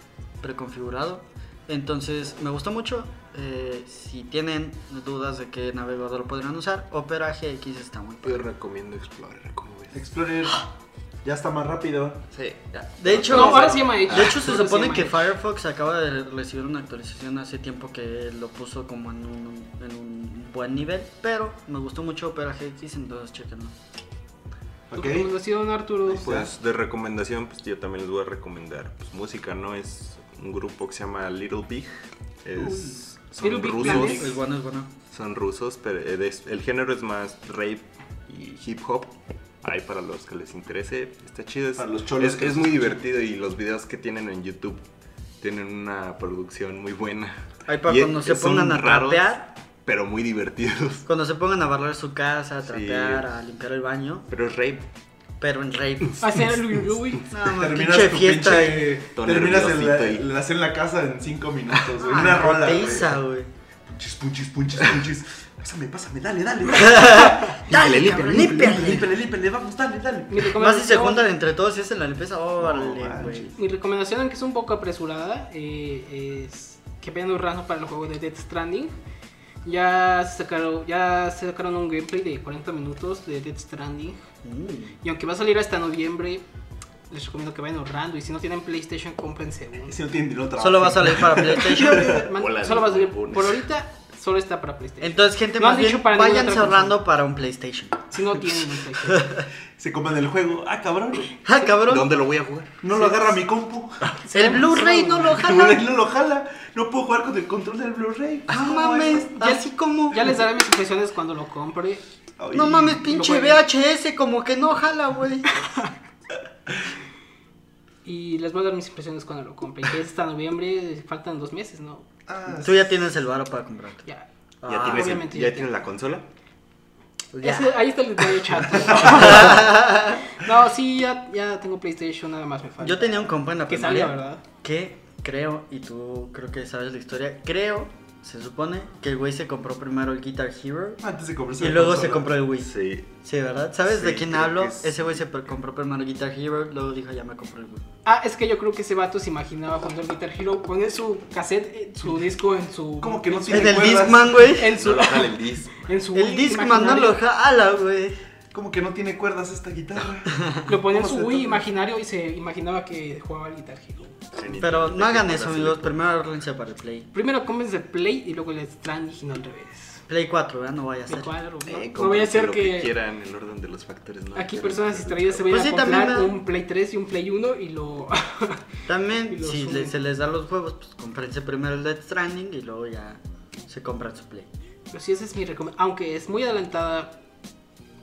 S2: preconfigurado. Entonces me gustó mucho. Eh, si tienen dudas de qué navegador podrían usar, Opera GX está muy
S4: Yo
S2: padre.
S4: recomiendo Explorer, ¿cómo ves?
S1: Explorer ya está más rápido.
S4: Sí, ya.
S2: De hecho,
S3: No, ahora se llama Edge.
S2: De hecho, se
S3: Ahora se
S2: supone
S3: llama
S2: que
S3: Edge.
S2: Firefox acaba de recibir una actualización hace tiempo que lo puso como en un, en un buen nivel, pero me gustó mucho Opera GX, entonces chequenlo.
S3: Tu
S1: ¿Ok?
S3: recomendación, Arturo.
S4: Pues de recomendación, pues yo también les voy a recomendar pues, música, ¿no? Es un grupo que se llama Little Big. Es, son
S3: Little Big
S4: rusos.
S3: Planet.
S2: Es bueno, es bueno.
S4: Son rusos, pero el, es- el género es más rape y hip hop. Ahí para los que les interese, está chido. Es,
S1: Para los cholos
S4: es-
S1: que
S4: es
S1: los
S4: muy
S1: escuchan.
S4: divertido y los videos que tienen en YouTube tienen una producción muy buena.
S2: Ahí para
S4: Y
S2: cuando
S4: es-
S2: se
S4: son
S2: pongan a
S4: raros,
S2: trapear.
S4: Pero muy divertidos.
S2: Cuando se pongan a barrer su casa, a trapear,
S4: Sí.
S2: a limpiar el baño,
S4: Pero es rape.
S2: pero en rape.
S3: Hacer el Uyuyuy.
S2: No, man,
S1: Terminas
S2: pinche
S1: tu
S2: fiesta. güey.
S1: pinche,
S4: Todo
S1: terminas el,
S4: nerviosito ahí.
S1: el hacer la casa en 5 minutos, güey.
S2: Ah,
S1: Una rola, güey.
S2: putiza, güey.
S1: Punches, punches, punches, punches. Pásame, pásame, dale, dale. dale.
S2: Dale,
S4: Límpiale,
S2: cabrón,
S1: límpiale,
S2: límpiale.
S1: límpiale, límpiale, vamos, dale, dale.
S2: Más si
S3: Mi
S2: se
S3: recomendación-
S2: juntan entre todos y hacen la limpieza, órale,
S1: manches.
S2: güey.
S3: Mi recomendación, aunque es un poco apresurada, eh, es que vean un rato para el juego de Death Stranding. Ya se sacaron, ya se sacaron un gameplay de 40 minutos de Death Stranding.
S2: Mm.
S3: Y aunque va a salir hasta noviembre, les recomiendo que vayan ahorrando. Y si no tienen PlayStation, cómprense uno.
S1: Si no tienen dinero, trabaja.
S2: Solo va a salir para PlayStation.
S3: Man,
S4: Hola,
S3: solo va a salir-
S4: buenas.
S3: por ahorita, solo está para PlayStation.
S2: Entonces, gente,
S3: No
S2: más
S3: han dicho
S2: bien,
S3: para ninguna
S2: vayan
S3: otra
S2: ahorrando para un PlayStation.
S3: Si no tienen un PlayStation.
S1: Se coman el juego. Ah, cabrón.
S2: Ah, cabrón.
S4: ¿Dónde lo voy a jugar?
S1: No lo agarra mi compu.
S2: El Blu-ray no lo jala.
S1: no lo jala. No puedo jugar con el control del Blu-ray.
S2: No mames,
S3: está-
S2: ya así como.
S3: Ya les daré mis impresiones cuando lo compre.
S1: Ay.
S2: No mames, pinche
S3: Lo juegan.
S2: VHS, como que no jala, güey.
S3: Y les voy a dar mis impresiones cuando lo compre. Que es hasta noviembre, faltan dos meses, ¿no?
S1: Ah,
S2: Tú ya tienes el varo para comprarte.
S3: Ya.
S4: ¿Ya,
S2: Ah,
S4: tienes, el-
S3: obviamente
S4: ya
S3: ya
S4: tienes la consola?
S2: Pues Ya.
S3: Ese- ahí está el detalle chato. no, sí, ya, ya tengo PlayStation, nada más me falta.
S2: Yo tenía un compa en la
S3: Que
S2: primaria
S3: salga, ¿verdad?
S2: que creo, y tú creo que sabes la historia, creo, se supone, que el güey se compró primero el Guitar Hero
S3: Ah,
S1: Antes de comprarse
S2: y
S1: la
S2: luego se
S1: consola.
S2: compró el Wii. Sí,
S4: Sí.
S2: ¿verdad? ¿Sabes
S4: Sí,
S2: de quién
S4: creo
S2: hablo?
S4: que sí.
S2: Ese güey se pre- compró primero el Guitar Hero, luego dijo, ya me compré el Wii.
S3: Ah, es que yo creo que ese vato se imaginaba cuando el Guitar Hero pone su cassette, eh, su disco en su.
S1: ¿Cómo que no
S3: en su-
S1: tiene
S2: En el
S1: cuerdas?
S2: Discman, güey.
S3: En
S4: No
S3: su.
S4: lo jala el disc.
S3: En su
S2: El
S3: Wii
S2: Discman no lo
S3: imaginario.
S2: jala, güey.
S1: Como que no tiene cuerdas esta guitarra.
S3: Lo ponía en
S1: ¿Cómo
S3: su
S1: se
S3: Wii
S1: toca?
S3: imaginario y se imaginaba que jugaba al Guitar Hero.
S2: Pero no hagan eso,
S4: Sí.
S2: amigos. Primero arreglense para el play.
S3: Primero comes el Play y luego el Stranding y no al revés.
S2: Play 4, ¿verdad? No vaya a ser.
S3: de cuadro, ¿no?
S4: Eh,
S3: no voy a
S4: cómprense
S3: hacer
S4: lo
S3: que,
S4: quieran, el orden de los factores. no
S3: aquí
S4: alteran
S3: personas
S4: el
S3: distraídas se
S2: Pues
S3: vayan
S4: resultado.
S3: a
S2: sí, también,
S3: comprar
S2: ¿verdad?
S3: un Play 3 y un Play 1 y lo... Y
S2: También,
S3: los
S2: si
S3: suben.
S2: le- se les da los juegos, pues comprense primero el Death Stranding y luego ya se compran su Play.
S3: Pero sí, esa es mi recomendación. Aunque es muy adelantada,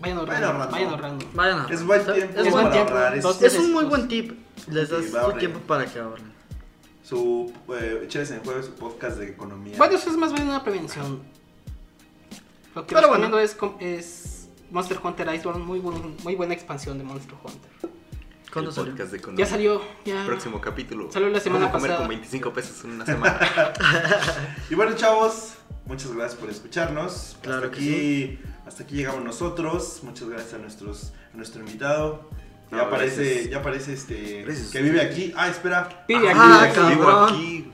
S3: vayan ahorrando.
S1: ahorrando.
S3: Vayan ahorrando.
S2: Vayan a-
S1: Es buen
S2: está-
S1: tiempo
S2: Es,
S3: buen
S1: para
S3: tiempo.
S1: ahorrar. este, Es
S3: Dos-
S2: es un
S3: Entonces,
S2: muy
S3: pues,
S2: buen tip. Les
S1: sí,
S2: das
S1: va
S2: su
S1: ahorrando.
S2: tiempo para que ahorren.
S1: su eh, Chelas en Jueves, su podcast de economía.
S3: Bueno, eso es más bien una prevención. Lo que
S2: Pero
S3: Pero
S2: bueno.
S3: recomiendo es, com- es Monster Hunter Iceborne, muy, buen- muy buena expansión de Monster Hunter.
S2: ¿Cuándo
S4: El
S2: salió?
S4: podcast de economía.
S3: Ya salió, ya.
S4: Próximo capítulo.
S3: Salió la semana
S4: ¿Cómo comer
S3: pasada.
S4: con 25 pesos en una semana.
S1: Y bueno, chavos, muchas gracias por escucharnos.
S2: Claro
S1: hasta
S2: que
S1: aquí, hasta aquí llegamos nosotros. Muchas gracias a nuestros a nuestro invitado. Ya
S4: No,
S1: aparece,
S4: gracias.
S1: ya aparece este
S4: Gracias.
S1: que vive aquí. Ah, espera.
S3: Vive
S2: Ah,
S3: aquí.
S2: cabrón.
S4: Vivo aquí.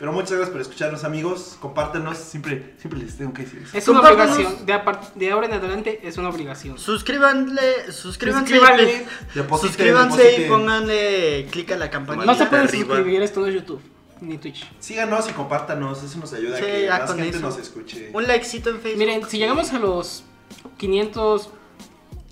S1: Pero muchas gracias por escucharnos, amigos. Compártanos, siempre siempre les tengo que decir eso.
S3: Es una
S2: Compártanos.
S3: obligación. De, a par- de ahora en adelante es una obligación.
S2: Suscríbanle, suscríbanse,
S3: Suscríbanle.
S1: Depositen,
S2: suscríbanse y
S1: depositen.
S2: pónganle clic a la
S3: No se
S2: campanita.
S4: Manita
S3: pueden
S4: arriba.
S3: suscribir, esto no es YouTube ni Twitch.
S1: Síganos y compártanos, eso nos ayuda
S2: Sí,
S1: a que
S2: ya
S1: más
S2: con
S1: gente
S2: eso.
S1: nos escuche.
S2: Un likecito en Facebook.
S3: Miren, si llegamos a los 500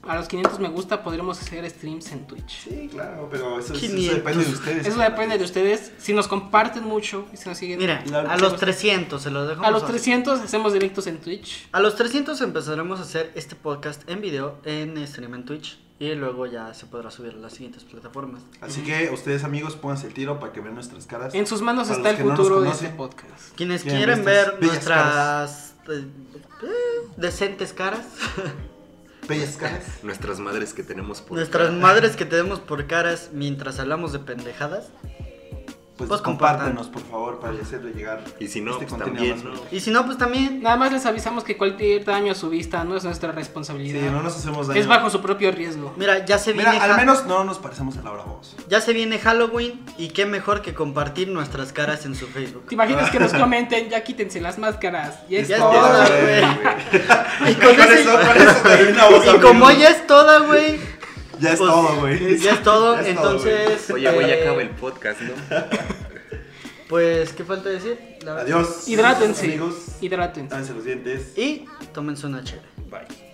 S3: a los 500 me gusta, podremos hacer streams en Twitch.
S1: Sí, claro, pero eso, eso
S2: 500.
S1: depende de ustedes.
S3: Eso depende de ustedes. Si nos comparten mucho y si nos siguen.
S2: Mira,
S1: La-
S2: a los 300, se los dejo.
S3: a los
S2: más
S3: 300 hacemos directos en Twitch.
S2: A los 300 empezaremos a hacer este podcast en video, en stream en Twitch y luego ya se podrá subir a las siguientes plataformas.
S1: Así que ustedes, amigos, pónganse el tiro para que vean nuestras caras.
S3: En sus manos
S1: Para
S3: está el
S1: los que no nos
S3: futuro de
S1: conocen.
S3: este podcast.
S2: Quienes
S1: Bien,
S2: quieren
S1: estas
S2: ver
S1: bellas
S2: nuestras eh, eh, decentes caras,
S1: Bellas caras.
S4: Nuestras madres que tenemos por
S2: nuestras
S4: acá.
S2: madres que tenemos por caras mientras hablamos de pendejadas.
S1: Pues,
S2: Pues
S1: compártanos, por favor, para hacerle llegar.
S4: Y si no,
S1: este
S4: pues
S1: contenido
S4: también,
S1: más
S4: ¿no?
S1: gente.
S2: Y si no, pues también
S3: Nada más les avisamos que cualquier daño a su vista no es nuestra
S1: Sí,
S3: responsabilidad.
S1: no nos hacemos daño.
S3: Es bajo su propio riesgo.
S2: Mira, ya se viene
S1: Mira, al
S2: Ja-
S1: menos no nos parecemos a Laura Voz.
S2: ya se viene Halloween y qué mejor que compartir nuestras caras en su Facebook.
S3: ¿Te imaginas que nos comenten? Ya quítense las máscaras. Ya es
S2: Ya es
S3: todo.
S2: todo. Y con ese-
S1: eso terminamos.
S2: Y como
S1: amigos.
S2: ya es toda, güey.
S1: Ya es
S2: pues,
S1: todo, güey.
S2: Ya
S1: Ya es
S2: es todo,
S1: todo, güey.
S2: entonces.
S4: Oye, güey, ya
S2: eh,
S4: acaba el podcast, ¿no?
S2: Pues, ¿qué falta decir? La verdad.
S1: Adiós.
S3: Hidrátense.
S1: Amigos,
S3: Hidrátense.
S1: lávense los dientes.
S2: Y tómense una chévere.
S4: Bye.